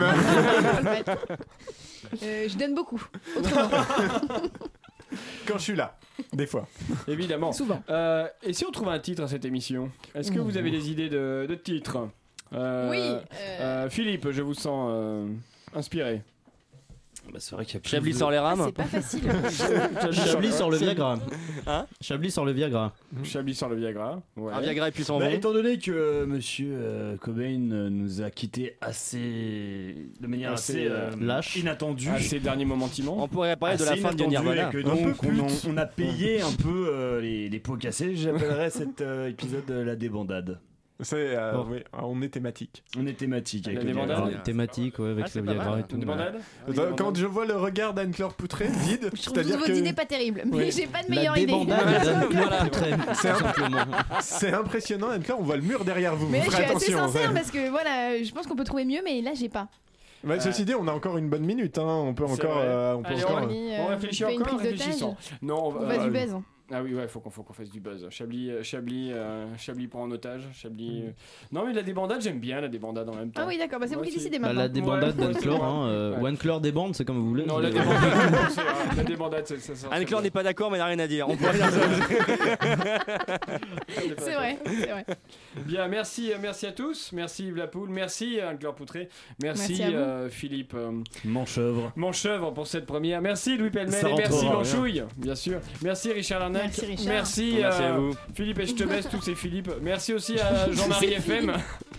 Speaker 5: Euh, je donne beaucoup. Autrement.
Speaker 3: quand je suis là, des fois.
Speaker 1: Évidemment.
Speaker 5: Souvent.
Speaker 1: Euh, et si on trouve un titre à cette émission Est-ce que vous avez des idées de, de titres Euh,
Speaker 5: Oui,
Speaker 1: euh, Philippe, je vous sens euh, inspiré.
Speaker 2: Bah, c'est vrai qu'il y a
Speaker 4: Chablis sort les rames.
Speaker 5: Ah, pas facile.
Speaker 2: Chablis sort le Viagra.
Speaker 4: Hein
Speaker 2: Chablis sort le Viagra.
Speaker 1: Chablis sort le Viagra. Ouais.
Speaker 4: Un Viagra et puis s'en
Speaker 11: Bah,
Speaker 4: va.
Speaker 11: étant donné que euh, Monsieur euh, Cobain euh, nous a quittés assez de manière assez, euh, inattendue,
Speaker 1: À ces derniers moments
Speaker 4: On pourrait parler de
Speaker 11: assez
Speaker 4: la fin de
Speaker 11: inattendue,
Speaker 4: Nirvana.
Speaker 11: et que donc on, on a payé un peu euh, les, les pots cassés. J'appellerais cet euh, épisode euh, la débandade.
Speaker 3: C'est, euh, oui, on est thématique.
Speaker 11: On est thématique avec
Speaker 3: La
Speaker 11: le
Speaker 3: débandade.
Speaker 11: Viagra.
Speaker 2: Thématique, ouais, avec
Speaker 11: Ah, c'est
Speaker 2: le
Speaker 11: pas
Speaker 2: Viagra
Speaker 11: mal.
Speaker 2: et tout.
Speaker 11: Une débandade
Speaker 2: ouais.
Speaker 3: Attends, Quand je vois le regard d'Anne-Claire Poutré vide,
Speaker 5: Je trouve toutes
Speaker 3: c'est-à-dire
Speaker 5: vos
Speaker 3: que.
Speaker 5: idées pas terribles, mais
Speaker 3: Oui.
Speaker 5: j'ai pas de
Speaker 3: La
Speaker 5: meilleure idée.
Speaker 3: débandade de Jeanne-Claude
Speaker 5: Voilà.
Speaker 3: Poutré, C'est un-
Speaker 2: simplement.
Speaker 3: C'est impressionnant, Anne-Claire, on voit le mur derrière vous.
Speaker 5: Mais
Speaker 3: vous
Speaker 5: je suis
Speaker 3: ferez
Speaker 5: assez
Speaker 3: attention.
Speaker 5: sincère parce que voilà, je pense qu'on peut trouver mieux, mais là j'ai pas.
Speaker 3: Ouais, Bah, Ceci dit, on a encore une bonne minute, hein. on peut
Speaker 1: C'est
Speaker 3: encore.
Speaker 1: vrai.
Speaker 3: euh, on peut
Speaker 1: Allez,
Speaker 3: encore-
Speaker 1: on,
Speaker 5: Rémi,
Speaker 1: on
Speaker 5: euh,
Speaker 1: réfléchit
Speaker 5: fais une
Speaker 1: encore,
Speaker 5: prise d'otage.
Speaker 1: réfléchissons. Non,
Speaker 5: On va du buzz. hein.
Speaker 1: Ah oui, ouais, faut qu'on faut qu'on fasse du buzz. Chablis, euh, Chablis, euh, Chablis prend en otage. Chablis. euh. Non, mais la débandade, j'aime bien la débandade en même temps.
Speaker 5: Mm. Ah oui, d'accord, bah c'est vous qui décidez
Speaker 2: Bah,
Speaker 5: maintenant.
Speaker 2: la débandade
Speaker 1: Ouais, ouais,
Speaker 2: d'Anne-Claude,
Speaker 1: c'est
Speaker 2: hein, euh, ou Anne-Claude débande, c'est comme vous voulez. euh,
Speaker 1: Non,
Speaker 2: Je-
Speaker 1: Oh, la débandade, c'est vrai, la débandade, c'est- ça sort.
Speaker 4: Anne-Claire n'est pas d'accord, mais elle n'a rien à dire. On peut rien
Speaker 5: C'est vrai, c'est vrai.
Speaker 1: Bien, merci, euh, merci à tous. Merci Yves Lapoule, merci euh, Anne-Claire Poutré, merci,
Speaker 5: Merci à vous.
Speaker 1: euh, Philippe euh,
Speaker 11: Manchevre.
Speaker 1: Manchevre pour cette première. Merci Louis Pellemel
Speaker 11: Ça
Speaker 1: et merci
Speaker 11: rentrera,
Speaker 1: Manchouille, bien sûr. Merci Richard Larnac.
Speaker 5: Merci, Richard.
Speaker 1: Merci,
Speaker 4: Merci
Speaker 1: euh,
Speaker 4: à vous.
Speaker 1: Philippe et je te baisse, tous ces Philippe. Merci aussi à Jean-Marie
Speaker 4: C'est
Speaker 1: FM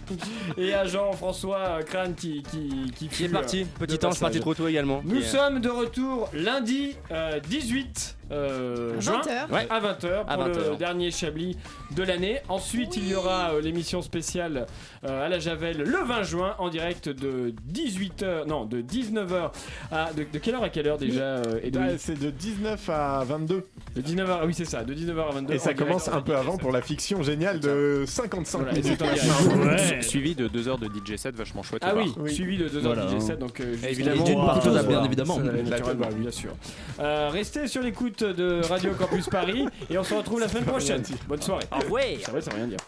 Speaker 1: et à Jean-François Crane qui, qui, qui,
Speaker 4: Qui est
Speaker 1: fut,
Speaker 4: parti.
Speaker 1: euh,
Speaker 4: Petit
Speaker 1: de
Speaker 4: ange
Speaker 1: passage.
Speaker 4: parti trop tôt également.
Speaker 1: Nous
Speaker 4: Et, euh,
Speaker 1: sommes de retour lundi euh, 18 euh,
Speaker 4: À
Speaker 1: juin
Speaker 4: 20h. Ouais.
Speaker 1: à 20h pour
Speaker 4: À 20h.
Speaker 1: le dernier Chablis de l'année. Ensuite, il y aura euh, l'émission spéciale euh, à la Javel le 20 juin en direct de 18h, non, de 19h à. De, de quelle heure à quelle heure déjà, euh, Edoui
Speaker 3: Ah, C'est de 19 à 22.
Speaker 1: De 19h, ah oui, c'est ça, de 19h à 22h.
Speaker 3: Et ça commence un peu avant pour la fiction géniale de 55
Speaker 1: Voilà,
Speaker 3: minutes.
Speaker 1: c'est en direct.
Speaker 21: Su- Suivi de 2 heures de DJ set vachement chouette.
Speaker 1: Ah
Speaker 21: au
Speaker 1: oui,
Speaker 21: bar.
Speaker 1: suivi de 2h
Speaker 21: Voilà.
Speaker 1: DJ7, donc euh, juste-
Speaker 21: Évidemment, Et d'une on va- partout, bien évidemment.
Speaker 1: Ça va être
Speaker 21: La
Speaker 1: naturel,
Speaker 21: teub.
Speaker 1: bah, bien sûr. Euh, restez sur l'écoute de Radio Campus Paris et on se retrouve la semaine prochaine. Bonne soirée.
Speaker 4: Au revoir.
Speaker 1: Ça va, ça veut rien dire.